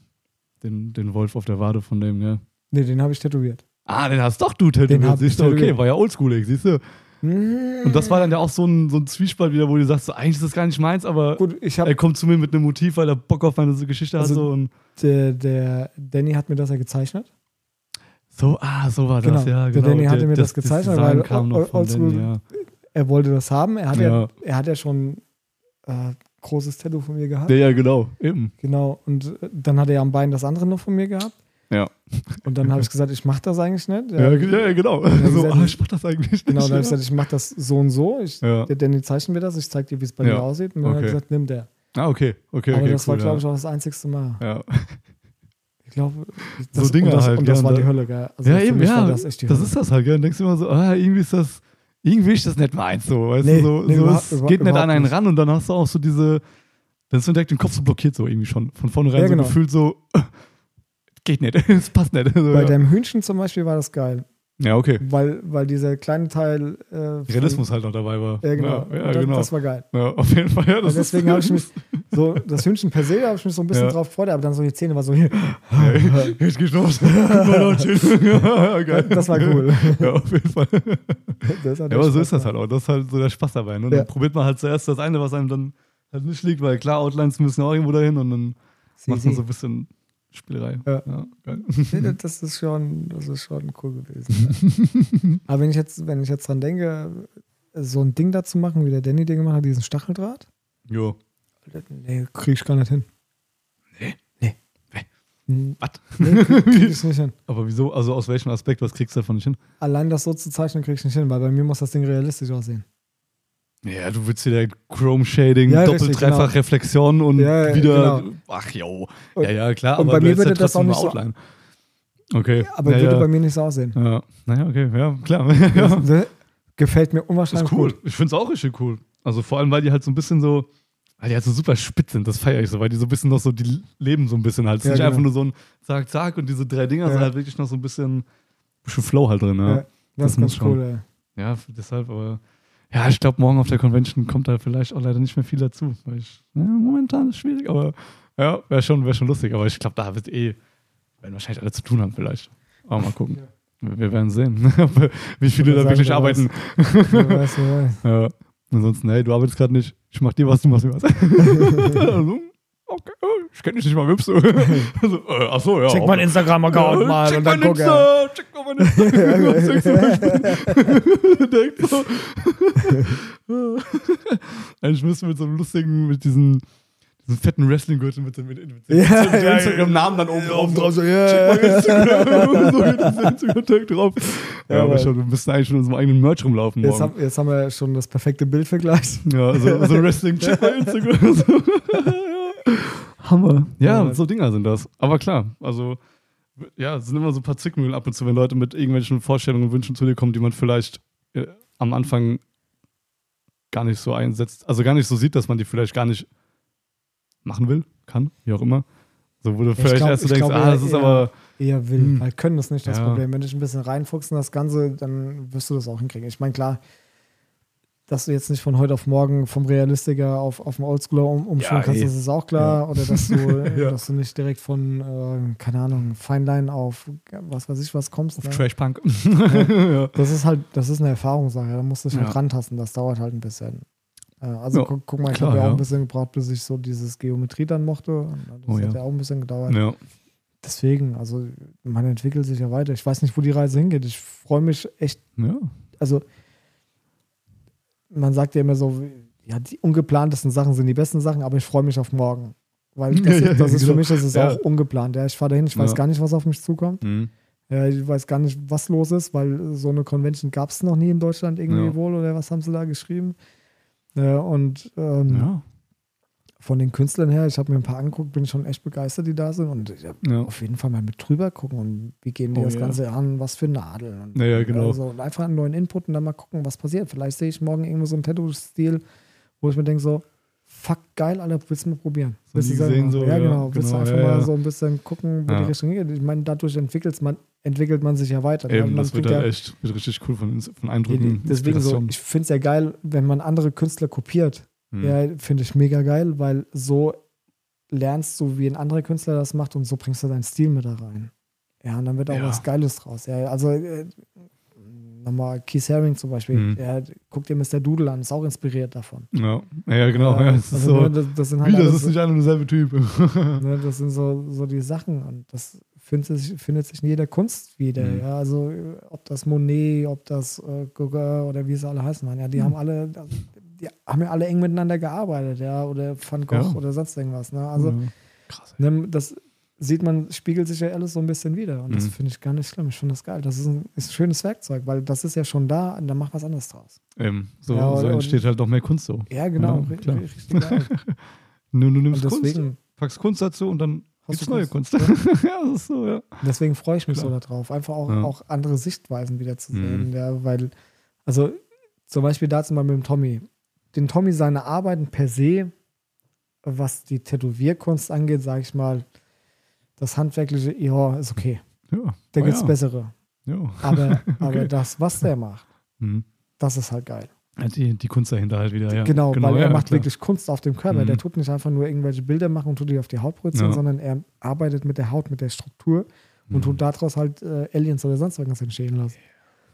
[SPEAKER 1] Den, den Wolf auf der Wade von dem, gell?
[SPEAKER 2] nee, den habe ich tätowiert.
[SPEAKER 1] Ah, den hast doch du tätowiert.
[SPEAKER 2] hab ich
[SPEAKER 1] Siehst du, okay,
[SPEAKER 2] tätowiert.
[SPEAKER 1] war ja oldschoolig, siehst du?
[SPEAKER 2] Und
[SPEAKER 1] Und das war dann ja auch so ein, so ein Zwiespalt wieder, wo du sagst, so, eigentlich ist das gar nicht meins, aber
[SPEAKER 2] Gut, ich habe
[SPEAKER 1] er kommt zu mir mit einem Motiv, weil er Bock auf meine so Geschichte
[SPEAKER 2] Also-
[SPEAKER 1] hat. So, und
[SPEAKER 2] der, der Danny hat mir das ja gezeichnet.
[SPEAKER 1] so, ah, so war das, ja,
[SPEAKER 2] Der
[SPEAKER 1] genau.
[SPEAKER 2] Danny hatte
[SPEAKER 1] Der-
[SPEAKER 2] mir das gezeichnet,
[SPEAKER 1] Design
[SPEAKER 2] weil
[SPEAKER 1] kam noch von
[SPEAKER 2] Oldschool-
[SPEAKER 1] Danny, ja.
[SPEAKER 2] Er wollte das haben. Er hat ja,
[SPEAKER 1] Ja.
[SPEAKER 2] er hat ja schon äh, großes Tattoo von mir gehabt.
[SPEAKER 1] Ja, ja, genau, eben.
[SPEAKER 2] Genau. Und äh, dann hat er am Bein das andere noch von mir gehabt.
[SPEAKER 1] Ja.
[SPEAKER 2] Und dann habe ich gesagt, ich mache das eigentlich nicht.
[SPEAKER 1] Ja,
[SPEAKER 2] genau.
[SPEAKER 1] ja, ja genau.
[SPEAKER 2] Ja, genau,
[SPEAKER 1] so,
[SPEAKER 2] gesagt,
[SPEAKER 1] ah, ich mach das eigentlich nicht.
[SPEAKER 2] Dann habe
[SPEAKER 1] ja.
[SPEAKER 2] ich gesagt, ich mache das so und so. Ich,
[SPEAKER 1] Ja.
[SPEAKER 2] Der Danny zeichnet mir das. Ich zeige dir, wie es bei
[SPEAKER 1] Ja.
[SPEAKER 2] mir aussieht. Und dann hat
[SPEAKER 1] Okay.
[SPEAKER 2] er gesagt, nimm der.
[SPEAKER 1] Ah, okay, okay,
[SPEAKER 2] Aber
[SPEAKER 1] okay,
[SPEAKER 2] das war,
[SPEAKER 1] cool,
[SPEAKER 2] glaube ich,
[SPEAKER 1] ja.
[SPEAKER 2] auch das einzigste Mal.
[SPEAKER 1] ja.
[SPEAKER 2] Ich glaube,
[SPEAKER 1] So Dinge
[SPEAKER 2] und das,
[SPEAKER 1] halt,
[SPEAKER 2] Und das
[SPEAKER 1] ja,
[SPEAKER 2] war
[SPEAKER 1] und
[SPEAKER 2] die
[SPEAKER 1] da-
[SPEAKER 2] Hölle, gell? Also
[SPEAKER 1] Ja,
[SPEAKER 2] für
[SPEAKER 1] eben,
[SPEAKER 2] mich
[SPEAKER 1] ja.
[SPEAKER 2] war
[SPEAKER 1] Das,
[SPEAKER 2] das echt die Hölle.
[SPEAKER 1] ist das halt, gell? Dann denkst du immer so, ah, irgendwie ist das, irgendwie ist das nicht meins, so, weißt
[SPEAKER 2] Nee,
[SPEAKER 1] du, so,
[SPEAKER 2] nee,
[SPEAKER 1] so
[SPEAKER 2] überhaupt-
[SPEAKER 1] es
[SPEAKER 2] überhaupt-
[SPEAKER 1] geht nicht an
[SPEAKER 2] überhaupt
[SPEAKER 1] einen
[SPEAKER 2] nicht.
[SPEAKER 1] ran und dann hast du auch so diese, dann ist direkt den Kopf so blockiert, so irgendwie schon, von vornherein
[SPEAKER 2] Ja,
[SPEAKER 1] so
[SPEAKER 2] genau.
[SPEAKER 1] gefühlt so, [laughs] geht nicht, [laughs] es passt nicht. So,
[SPEAKER 2] Bei
[SPEAKER 1] ja.
[SPEAKER 2] deinem Hühnchen zum Beispiel war das geil,
[SPEAKER 1] ja, okay.
[SPEAKER 2] weil, weil dieser kleine Teil. Äh, von-
[SPEAKER 1] Realismus halt noch dabei war.
[SPEAKER 2] Ja, genau.
[SPEAKER 1] Ja, ja,
[SPEAKER 2] das,
[SPEAKER 1] genau.
[SPEAKER 2] das war geil.
[SPEAKER 1] ja, auf jeden Fall, ja, das
[SPEAKER 2] Also deswegen habe
[SPEAKER 1] ist,
[SPEAKER 2] ich mich so, das Hühnchen per se, da habe ich mich so ein bisschen
[SPEAKER 1] Ja.
[SPEAKER 2] drauf gefreut, aber dann so die Zähne war so hier. [laughs]
[SPEAKER 1] ich [laughs] geschnurrt. Geil.
[SPEAKER 2] Das war cool.
[SPEAKER 1] Ja, auf jeden Fall.
[SPEAKER 2] Das hat
[SPEAKER 1] Ja, aber so ist
[SPEAKER 2] echt Spaß
[SPEAKER 1] das
[SPEAKER 2] gemacht.
[SPEAKER 1] halt auch. Das ist halt so der Spaß dabei. Ne? Dann
[SPEAKER 2] Ja.
[SPEAKER 1] probiert man halt zuerst das eine, was einem dann halt nicht liegt, weil klar, Outlines müssen ja auch irgendwo dahin und dann
[SPEAKER 2] Sie,
[SPEAKER 1] macht man
[SPEAKER 2] sie.
[SPEAKER 1] so ein bisschen Spielerei.
[SPEAKER 2] Ja.
[SPEAKER 1] geil.
[SPEAKER 2] Nee, Das ist schon, das ist schon cool gewesen. [laughs] ja. aber wenn ich jetzt, wenn ich jetzt dran denke, so ein Ding dazu machen, wie der Danny den gemacht hat, diesen Stacheldraht,
[SPEAKER 1] Jo.
[SPEAKER 2] nee, krieg ich gar nicht hin. Nee.
[SPEAKER 1] Nee.
[SPEAKER 2] Nee.
[SPEAKER 1] Was?
[SPEAKER 2] Nee, [laughs] krieg, krieg ich nicht hin.
[SPEAKER 1] Aber wieso? Also aus welchem Aspekt? Was kriegst du davon nicht hin?
[SPEAKER 2] Allein das so zu zeichnen, krieg ich nicht hin, weil bei mir muss das Ding realistisch aussehen.
[SPEAKER 1] Ja, du willst wieder Chrome Shading,
[SPEAKER 2] Ja,
[SPEAKER 1] doppelt
[SPEAKER 2] richtig,
[SPEAKER 1] dreifach
[SPEAKER 2] genau.
[SPEAKER 1] Reflexion und
[SPEAKER 2] Ja, ja,
[SPEAKER 1] wieder.
[SPEAKER 2] genau.
[SPEAKER 1] Ach jo.
[SPEAKER 2] Und-
[SPEAKER 1] ja, ja, klar,
[SPEAKER 2] und
[SPEAKER 1] aber
[SPEAKER 2] bei
[SPEAKER 1] du
[SPEAKER 2] mir
[SPEAKER 1] hättest
[SPEAKER 2] würde das auch
[SPEAKER 1] trotzdem
[SPEAKER 2] nicht so-
[SPEAKER 1] Outline. Okay.
[SPEAKER 2] Aber
[SPEAKER 1] ja,
[SPEAKER 2] würde
[SPEAKER 1] ja.
[SPEAKER 2] bei mir nicht so aussehen.
[SPEAKER 1] ja. Naja, okay, ja, klar. [laughs] Ja.
[SPEAKER 2] Das, das gefällt mir
[SPEAKER 1] Das
[SPEAKER 2] unwahrscheinlich
[SPEAKER 1] ist cool. Ich finde es auch richtig cool. Also vor allem, weil die halt so ein bisschen so, weil die halt so super spitz sind, das feiere ich so, weil die so ein bisschen noch so, die leben so ein bisschen halt. Es ist
[SPEAKER 2] Ja,
[SPEAKER 1] nicht
[SPEAKER 2] genau.
[SPEAKER 1] einfach nur so ein Zack, Zack und diese drei Dinger
[SPEAKER 2] Ja.
[SPEAKER 1] sind halt wirklich noch so ein bisschen, bisschen Flow halt drin.
[SPEAKER 2] Ja,
[SPEAKER 1] Ja,
[SPEAKER 2] das, ist ganz
[SPEAKER 1] muss schon.
[SPEAKER 2] cool, ey.
[SPEAKER 1] ja. f- deshalb, aber ja, ich glaube, morgen auf der Convention kommt da vielleicht auch leider nicht mehr viel dazu. Weil ich, ja, momentan ist schwierig, aber ja, wäre schon, wär schon lustig. Aber ich glaube, da wird eh, werden wahrscheinlich alle zu tun haben vielleicht. Aber mal gucken. Wir wir werden sehen, [laughs] wie viele
[SPEAKER 2] Oder
[SPEAKER 1] da
[SPEAKER 2] sagen,
[SPEAKER 1] wirklich
[SPEAKER 2] wer weiß.
[SPEAKER 1] arbeiten.
[SPEAKER 2] Wer weiß, wer weiß.
[SPEAKER 1] Ja. Ansonsten, hey, du arbeitest gerade nicht. Ich mach dir was, du machst mir was.
[SPEAKER 2] [laughs]
[SPEAKER 1] also, okay, oh, ich kenne dich nicht mal, wippst du? [laughs] also, äh, ach so, ja.
[SPEAKER 2] Check mein Instagram-Account mal
[SPEAKER 1] check
[SPEAKER 2] und dann
[SPEAKER 1] mein
[SPEAKER 2] guck ey.
[SPEAKER 1] Insta, check mal mein Insta. Was denkst du?
[SPEAKER 2] [laughs]
[SPEAKER 1] Denkst du? [laughs] Eigentlich müssen wir mit so einem lustigen, mit diesen, diesen fetten Wrestling-Gürtel mit dem, mit dem, mit dem
[SPEAKER 2] Ja, ja,
[SPEAKER 1] Instagram-Namen dann oben drauf.
[SPEAKER 2] Oben drauf so,
[SPEAKER 1] Check
[SPEAKER 2] yeah.
[SPEAKER 1] mal Instagram. [laughs] so mit diesem Instagram-Tag drauf. Ja,
[SPEAKER 2] Ja,
[SPEAKER 1] aber
[SPEAKER 2] Mann.
[SPEAKER 1] schon, wir müssen eigentlich schon in unserem eigenen Merch rumlaufen.
[SPEAKER 2] Jetzt,
[SPEAKER 1] morgen.
[SPEAKER 2] haben, jetzt haben wir schon das perfekte Bild vergleicht.
[SPEAKER 1] Ja, so,
[SPEAKER 2] [laughs]
[SPEAKER 1] so Wrestling Check bei Instagram. So. Hammer. Ja,
[SPEAKER 2] Ja.
[SPEAKER 1] so Dinger sind das. Aber klar, also ja, es sind immer so ein paar Zickmühlen ab und zu, wenn Leute mit irgendwelchen Vorstellungen und Wünschen zu dir kommen, die man vielleicht äh, am Anfang gar nicht so einsetzt, also gar nicht so sieht, dass man die vielleicht gar nicht machen will, kann, wie auch immer. So, wo du vielleicht
[SPEAKER 2] glaub-
[SPEAKER 1] erst so
[SPEAKER 2] ich
[SPEAKER 1] denkst,
[SPEAKER 2] glaube
[SPEAKER 1] ah,
[SPEAKER 2] eher-
[SPEAKER 1] das ist
[SPEAKER 2] eher-
[SPEAKER 1] aber,
[SPEAKER 2] Eher will,
[SPEAKER 1] Hm.
[SPEAKER 2] weil können das nicht das
[SPEAKER 1] Ja.
[SPEAKER 2] Problem. Wenn du dich ein bisschen reinfuchsen das Ganze, dann wirst du das auch hinkriegen. Ich meine, klar, dass du jetzt nicht von heute auf morgen vom Realistiker auf, auf den Oldschool um, umschwingen
[SPEAKER 1] Ja,
[SPEAKER 2] kannst,
[SPEAKER 1] eh.
[SPEAKER 2] das ist auch klar. Oder
[SPEAKER 1] [laughs]
[SPEAKER 2] dass du, äh,
[SPEAKER 1] Ja.
[SPEAKER 2] dass du nicht direkt von, äh, keine Ahnung, Feinlein auf was weiß ich was kommst. ne?
[SPEAKER 1] Trash Punk.
[SPEAKER 2] Das ist halt, das ist eine Erfahrungssache, da musst du dich
[SPEAKER 1] Ja.
[SPEAKER 2] halt rantasten, das dauert halt ein bisschen. Äh, Also
[SPEAKER 1] Ja,
[SPEAKER 2] guck, guck mal, ich
[SPEAKER 1] klar,
[SPEAKER 2] habe ja auch
[SPEAKER 1] ja.
[SPEAKER 2] ein bisschen gebraucht, bis ich so dieses Geometrie dann mochte. Und das
[SPEAKER 1] Oh
[SPEAKER 2] hat
[SPEAKER 1] ja.
[SPEAKER 2] ja auch ein bisschen gedauert.
[SPEAKER 1] ja.
[SPEAKER 2] Deswegen, also man entwickelt sich ja weiter. Ich weiß nicht, wo die Reise hingeht. Ich freue mich echt,
[SPEAKER 1] ja.
[SPEAKER 2] also man sagt ja immer so, ja, die ungeplantesten Sachen sind die besten Sachen, aber ich freue mich auf morgen.
[SPEAKER 1] [laughs]
[SPEAKER 2] Weil das,
[SPEAKER 1] Ja, ja,
[SPEAKER 2] ist- das ist
[SPEAKER 1] genau.
[SPEAKER 2] für mich, das ist
[SPEAKER 1] Ja.
[SPEAKER 2] auch ungeplant. Ja, ich fahre dahin, ich weiß
[SPEAKER 1] Ja.
[SPEAKER 2] gar nicht, was auf mich zukommt.
[SPEAKER 1] Mhm.
[SPEAKER 2] Ja, ich weiß gar nicht, was los ist, weil so eine Convention gab es noch nie in Deutschland irgendwie
[SPEAKER 1] Ja.
[SPEAKER 2] wohl oder was haben sie da geschrieben. Ja, und ähm,
[SPEAKER 1] ja.
[SPEAKER 2] von den Künstlern her, ich habe mir ein paar angeguckt, bin schon echt begeistert, die da sind. Und ich hab
[SPEAKER 1] Ja.
[SPEAKER 2] auf jeden Fall mal mit drüber gucken und wie gehen die
[SPEAKER 1] Oh,
[SPEAKER 2] das
[SPEAKER 1] ja.
[SPEAKER 2] Ganze an, was für Nadeln. Und,
[SPEAKER 1] Ja, ja, genau.
[SPEAKER 2] Also, und einfach einen neuen Input und dann mal gucken, was passiert. Vielleicht sehe ich morgen irgendwo so einen Tattoo-Stil, wo ich mir denke so, fuck, geil, Alter, willst du mal probieren?
[SPEAKER 1] So
[SPEAKER 2] Willst du
[SPEAKER 1] nie
[SPEAKER 2] selber
[SPEAKER 1] gesehen
[SPEAKER 2] machen?
[SPEAKER 1] so,
[SPEAKER 2] ja,
[SPEAKER 1] ja,
[SPEAKER 2] genau. Willst du
[SPEAKER 1] genau,
[SPEAKER 2] einfach
[SPEAKER 1] ja,
[SPEAKER 2] mal
[SPEAKER 1] ja.
[SPEAKER 2] so ein bisschen gucken, wo
[SPEAKER 1] Ja.
[SPEAKER 2] die Richtung hingeht? Ich meine, dadurch entwickelt man, entwickelt man sich ja weiter. ne?
[SPEAKER 1] Eben,
[SPEAKER 2] man
[SPEAKER 1] das wird
[SPEAKER 2] kriegt
[SPEAKER 1] dann
[SPEAKER 2] ja-
[SPEAKER 1] echt wird richtig cool von, Ins- von Eindrücken.
[SPEAKER 2] Deswegen so,
[SPEAKER 1] Inspiration.
[SPEAKER 2] ich finde es ja geil, wenn man andere Künstler kopiert.
[SPEAKER 1] Hm.
[SPEAKER 2] Ja, finde ich mega geil, weil so lernst du, wie ein anderer Künstler das macht und so bringst du deinen Stil mit da rein. Ja, und dann wird auch
[SPEAKER 1] Ja.
[SPEAKER 2] was Geiles draus. Ja, also äh, nochmal Keith Haring zum Beispiel,
[SPEAKER 1] Mhm.
[SPEAKER 2] ja, guck dir Mr. Doodle an, ist auch inspiriert davon.
[SPEAKER 1] Ja. ja, genau.
[SPEAKER 2] Äh,
[SPEAKER 1] Ja, es ist
[SPEAKER 2] also, ne,
[SPEAKER 1] so,
[SPEAKER 2] das, das sind
[SPEAKER 1] wie,
[SPEAKER 2] halt
[SPEAKER 1] das
[SPEAKER 2] alles,
[SPEAKER 1] ist nicht einer und derselbe Typ.
[SPEAKER 2] ne, das sind so, so die Sachen und das findet sich, findet sich in jeder Kunst wieder.
[SPEAKER 1] Mhm.
[SPEAKER 2] Ja, also äh, ob das Monet, ob das äh, Gauguin oder wie sie alle heißen, man, ja,
[SPEAKER 1] Mhm.
[SPEAKER 2] die haben alle, die haben ja alle eng miteinander gearbeitet, ja, oder Van Gogh
[SPEAKER 1] Ja. Mhm.
[SPEAKER 2] oder sonst irgendwas. Ne?
[SPEAKER 1] [laughs]
[SPEAKER 2] Also
[SPEAKER 1] ja. krass.
[SPEAKER 2] ne, das sieht man, spiegelt sich ja alles so ein bisschen wieder. Und das
[SPEAKER 1] Mhm.
[SPEAKER 2] finde ich gar nicht schlimm. Ich finde das geil. Das ist ein, ist ein schönes Werkzeug, weil das ist ja schon da und dann mach was anderes draus.
[SPEAKER 1] Eben, Ähm, so,
[SPEAKER 2] Ja,
[SPEAKER 1] so
[SPEAKER 2] und-
[SPEAKER 1] entsteht halt noch mehr Kunst so.
[SPEAKER 2] Ja, genau.
[SPEAKER 1] Ja,
[SPEAKER 2] ri-
[SPEAKER 1] klar.
[SPEAKER 2] ri- richtig
[SPEAKER 1] [laughs]
[SPEAKER 2] geil.
[SPEAKER 1] Nur du nimmst
[SPEAKER 2] Und
[SPEAKER 1] Kunst,
[SPEAKER 2] deswegen,
[SPEAKER 1] packst Kunst dazu und dann
[SPEAKER 2] Hast
[SPEAKER 1] gibt
[SPEAKER 2] du
[SPEAKER 1] es neue
[SPEAKER 2] Kunst,
[SPEAKER 1] Kunst. [laughs] ja, das ist so, ja.
[SPEAKER 2] deswegen freue ich mich
[SPEAKER 1] Klar.
[SPEAKER 2] so darauf, einfach auch,
[SPEAKER 1] Ja.
[SPEAKER 2] auch andere Sichtweisen wieder zu
[SPEAKER 1] Mhm.
[SPEAKER 2] sehen. Ja, weil, also zum Beispiel dazu mal mit dem Tommy. Den Tommy seine Arbeiten per se, was die Tätowierkunst angeht, sage ich mal, das Handwerkliche, ja, ist okay.
[SPEAKER 1] ja.
[SPEAKER 2] Da
[SPEAKER 1] Ah,
[SPEAKER 2] gibt's
[SPEAKER 1] ja.
[SPEAKER 2] bessere.
[SPEAKER 1] Ja. [laughs]
[SPEAKER 2] Aber, aber das, was der macht,
[SPEAKER 1] Mhm.
[SPEAKER 2] das ist halt geil.
[SPEAKER 1] Ja, Die, die Kunst dahinter halt wieder, ja.
[SPEAKER 2] genau, weil
[SPEAKER 1] ja,
[SPEAKER 2] er macht
[SPEAKER 1] klar.
[SPEAKER 2] wirklich Kunst auf dem Körper.
[SPEAKER 1] Mhm.
[SPEAKER 2] Der tut nicht einfach nur irgendwelche Bilder machen und tut die auf die Haut projizieren,
[SPEAKER 1] Ja.
[SPEAKER 2] sondern er arbeitet mit der Haut, mit der Struktur und
[SPEAKER 1] Mhm.
[SPEAKER 2] tut daraus halt äh, Aliens oder sonst irgendwas entstehen lassen.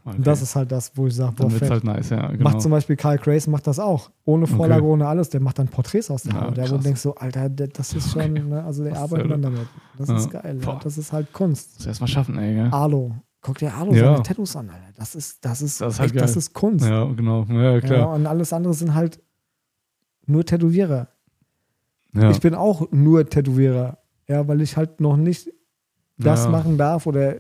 [SPEAKER 1] Okay.
[SPEAKER 2] Und das ist halt das, wo ich sage, boah,
[SPEAKER 1] dann wird's
[SPEAKER 2] fett.
[SPEAKER 1] halt nice, ja. Genau.
[SPEAKER 2] Macht zum Beispiel Kyle Grayson macht das auch. Ohne Vorlage, ohne alles. Der macht dann Porträts aus der
[SPEAKER 1] Ja,
[SPEAKER 2] Haut. Ja, wo du
[SPEAKER 1] krass.
[SPEAKER 2] denkst so, Alter, der- das ist schon, ne, also der
[SPEAKER 1] Was
[SPEAKER 2] arbeitet
[SPEAKER 1] soll
[SPEAKER 2] dann damit. Das
[SPEAKER 1] Ja.
[SPEAKER 2] ist geil. Ja.
[SPEAKER 1] Boah.
[SPEAKER 2] Das ist halt Kunst.
[SPEAKER 1] Muss erst mal schaffen, ey, gell?
[SPEAKER 2] Alu. Guck dir Alu
[SPEAKER 1] Ja.
[SPEAKER 2] seine Tattoos an, Alter. Das ist, das ist,
[SPEAKER 1] Das ist halt
[SPEAKER 2] echt, das
[SPEAKER 1] geil.
[SPEAKER 2] ist Kunst.
[SPEAKER 1] Ja, genau. Ja,
[SPEAKER 2] Ja,
[SPEAKER 1] klar.
[SPEAKER 2] und alles andere sind halt nur Tätowierer.
[SPEAKER 1] Ja.
[SPEAKER 2] Ich bin auch nur Tätowierer. Ja, weil ich halt noch nicht das
[SPEAKER 1] ja.
[SPEAKER 2] machen darf oder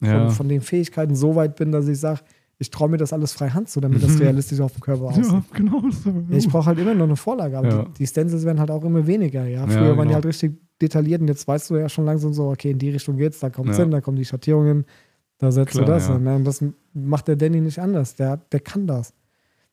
[SPEAKER 2] von,
[SPEAKER 1] ja.
[SPEAKER 2] von den Fähigkeiten so weit bin, dass ich sage, ich traue mir das alles frei Hand zu, damit das
[SPEAKER 1] Mhm.
[SPEAKER 2] realistisch auf dem Körper aussieht.
[SPEAKER 1] ja, genau. so.
[SPEAKER 2] Ja, Ich brauche halt immer noch eine Vorlage, aber
[SPEAKER 1] Ja.
[SPEAKER 2] die, die Stencils werden halt auch immer weniger. Ja,
[SPEAKER 1] Ja,
[SPEAKER 2] früher waren die
[SPEAKER 1] genau.
[SPEAKER 2] halt richtig detailliert und jetzt weißt du ja schon langsam so, okay, in die Richtung geht's, da kommt's
[SPEAKER 1] Ja.
[SPEAKER 2] hin, da kommen die Schattierungen, da setzt du
[SPEAKER 1] Klar,
[SPEAKER 2] das
[SPEAKER 1] ja.
[SPEAKER 2] hin. Und das macht der Danny nicht anders. Der, der kann das.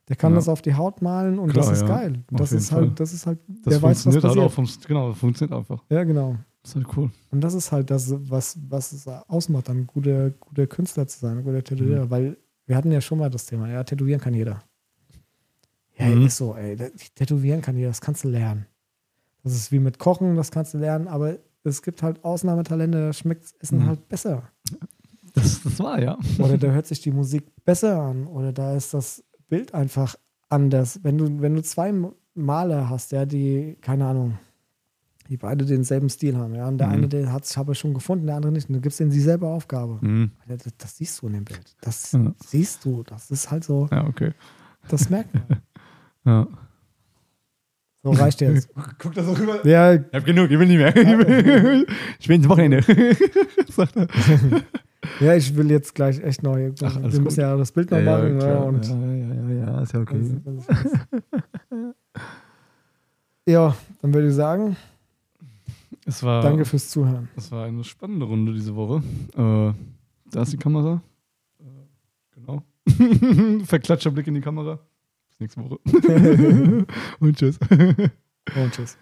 [SPEAKER 2] Der kann
[SPEAKER 1] Ja.
[SPEAKER 2] das auf die Haut malen und
[SPEAKER 1] Klar,
[SPEAKER 2] das ist
[SPEAKER 1] ja.
[SPEAKER 2] geil.
[SPEAKER 1] Auf
[SPEAKER 2] Das
[SPEAKER 1] jeden
[SPEAKER 2] ist, halt,
[SPEAKER 1] Fall.
[SPEAKER 2] das ist halt,
[SPEAKER 1] das
[SPEAKER 2] der weiß, was
[SPEAKER 1] funktioniert halt auch
[SPEAKER 2] passiert.
[SPEAKER 1] vom, genau, das funktioniert einfach.
[SPEAKER 2] Ja, genau.
[SPEAKER 1] Das ist halt cool.
[SPEAKER 2] Und das ist halt das, was, was es ausmacht, dann ein guter, guter Künstler zu sein, ein guter
[SPEAKER 1] Mhm.
[SPEAKER 2] Tätowierer. Weil wir hatten ja schon mal das Thema, ja, tätowieren kann jeder. Ja,
[SPEAKER 1] Mhm.
[SPEAKER 2] ist so, ey. das- Tätowieren kann jeder, das kannst du lernen. Das ist wie mit Kochen, das kannst du lernen, aber es gibt halt Ausnahmetalente, da schmeckt Essen
[SPEAKER 1] Mhm.
[SPEAKER 2] halt besser.
[SPEAKER 1] Das, das war, ja.
[SPEAKER 2] Oder
[SPEAKER 1] [laughs]
[SPEAKER 2] da hört sich die Musik besser an. Oder da ist das Bild einfach anders. Wenn du, wenn du zwei Maler hast, ja, die, keine Ahnung, die beide denselben Stil haben, ja. Und der
[SPEAKER 1] Mhm.
[SPEAKER 2] eine, den hat habe ich schon gefunden, der andere nicht. Und du gibst denen dieselbe Aufgabe.
[SPEAKER 1] Mhm.
[SPEAKER 2] Ja, Das, das siehst du in dem Bild. Das
[SPEAKER 1] Ja.
[SPEAKER 2] siehst du. Das ist halt so,
[SPEAKER 1] Ja, okay.
[SPEAKER 2] das merkt man.
[SPEAKER 1] Ja. [laughs]
[SPEAKER 2] So reicht dir jetzt.
[SPEAKER 1] Guck das auch rüber.
[SPEAKER 2] Ja,
[SPEAKER 1] Ich hab genug, ich will nicht mehr. Ich will, [laughs] ich will ins Wochenende. Sagt er.
[SPEAKER 2] ja, ich will jetzt gleich echt noch. hier-
[SPEAKER 1] Ach,
[SPEAKER 2] wir
[SPEAKER 1] alles
[SPEAKER 2] müssen
[SPEAKER 1] gut.
[SPEAKER 2] ja das Bild noch machen. Ja,
[SPEAKER 1] [laughs]
[SPEAKER 2] und
[SPEAKER 1] ja, Also, ja, ja, ja, ist ja okay. [laughs]
[SPEAKER 2] ja, dann würde ich sagen,
[SPEAKER 1] Es war,
[SPEAKER 2] danke fürs Zuhören.
[SPEAKER 1] es war eine spannende Runde diese Woche. Äh, da ist die Kamera. Äh, [laughs] Genau. Verklatscher Blick in die Kamera. Bis nächste Woche. [laughs] Und tschüss.
[SPEAKER 2] Und tschüss.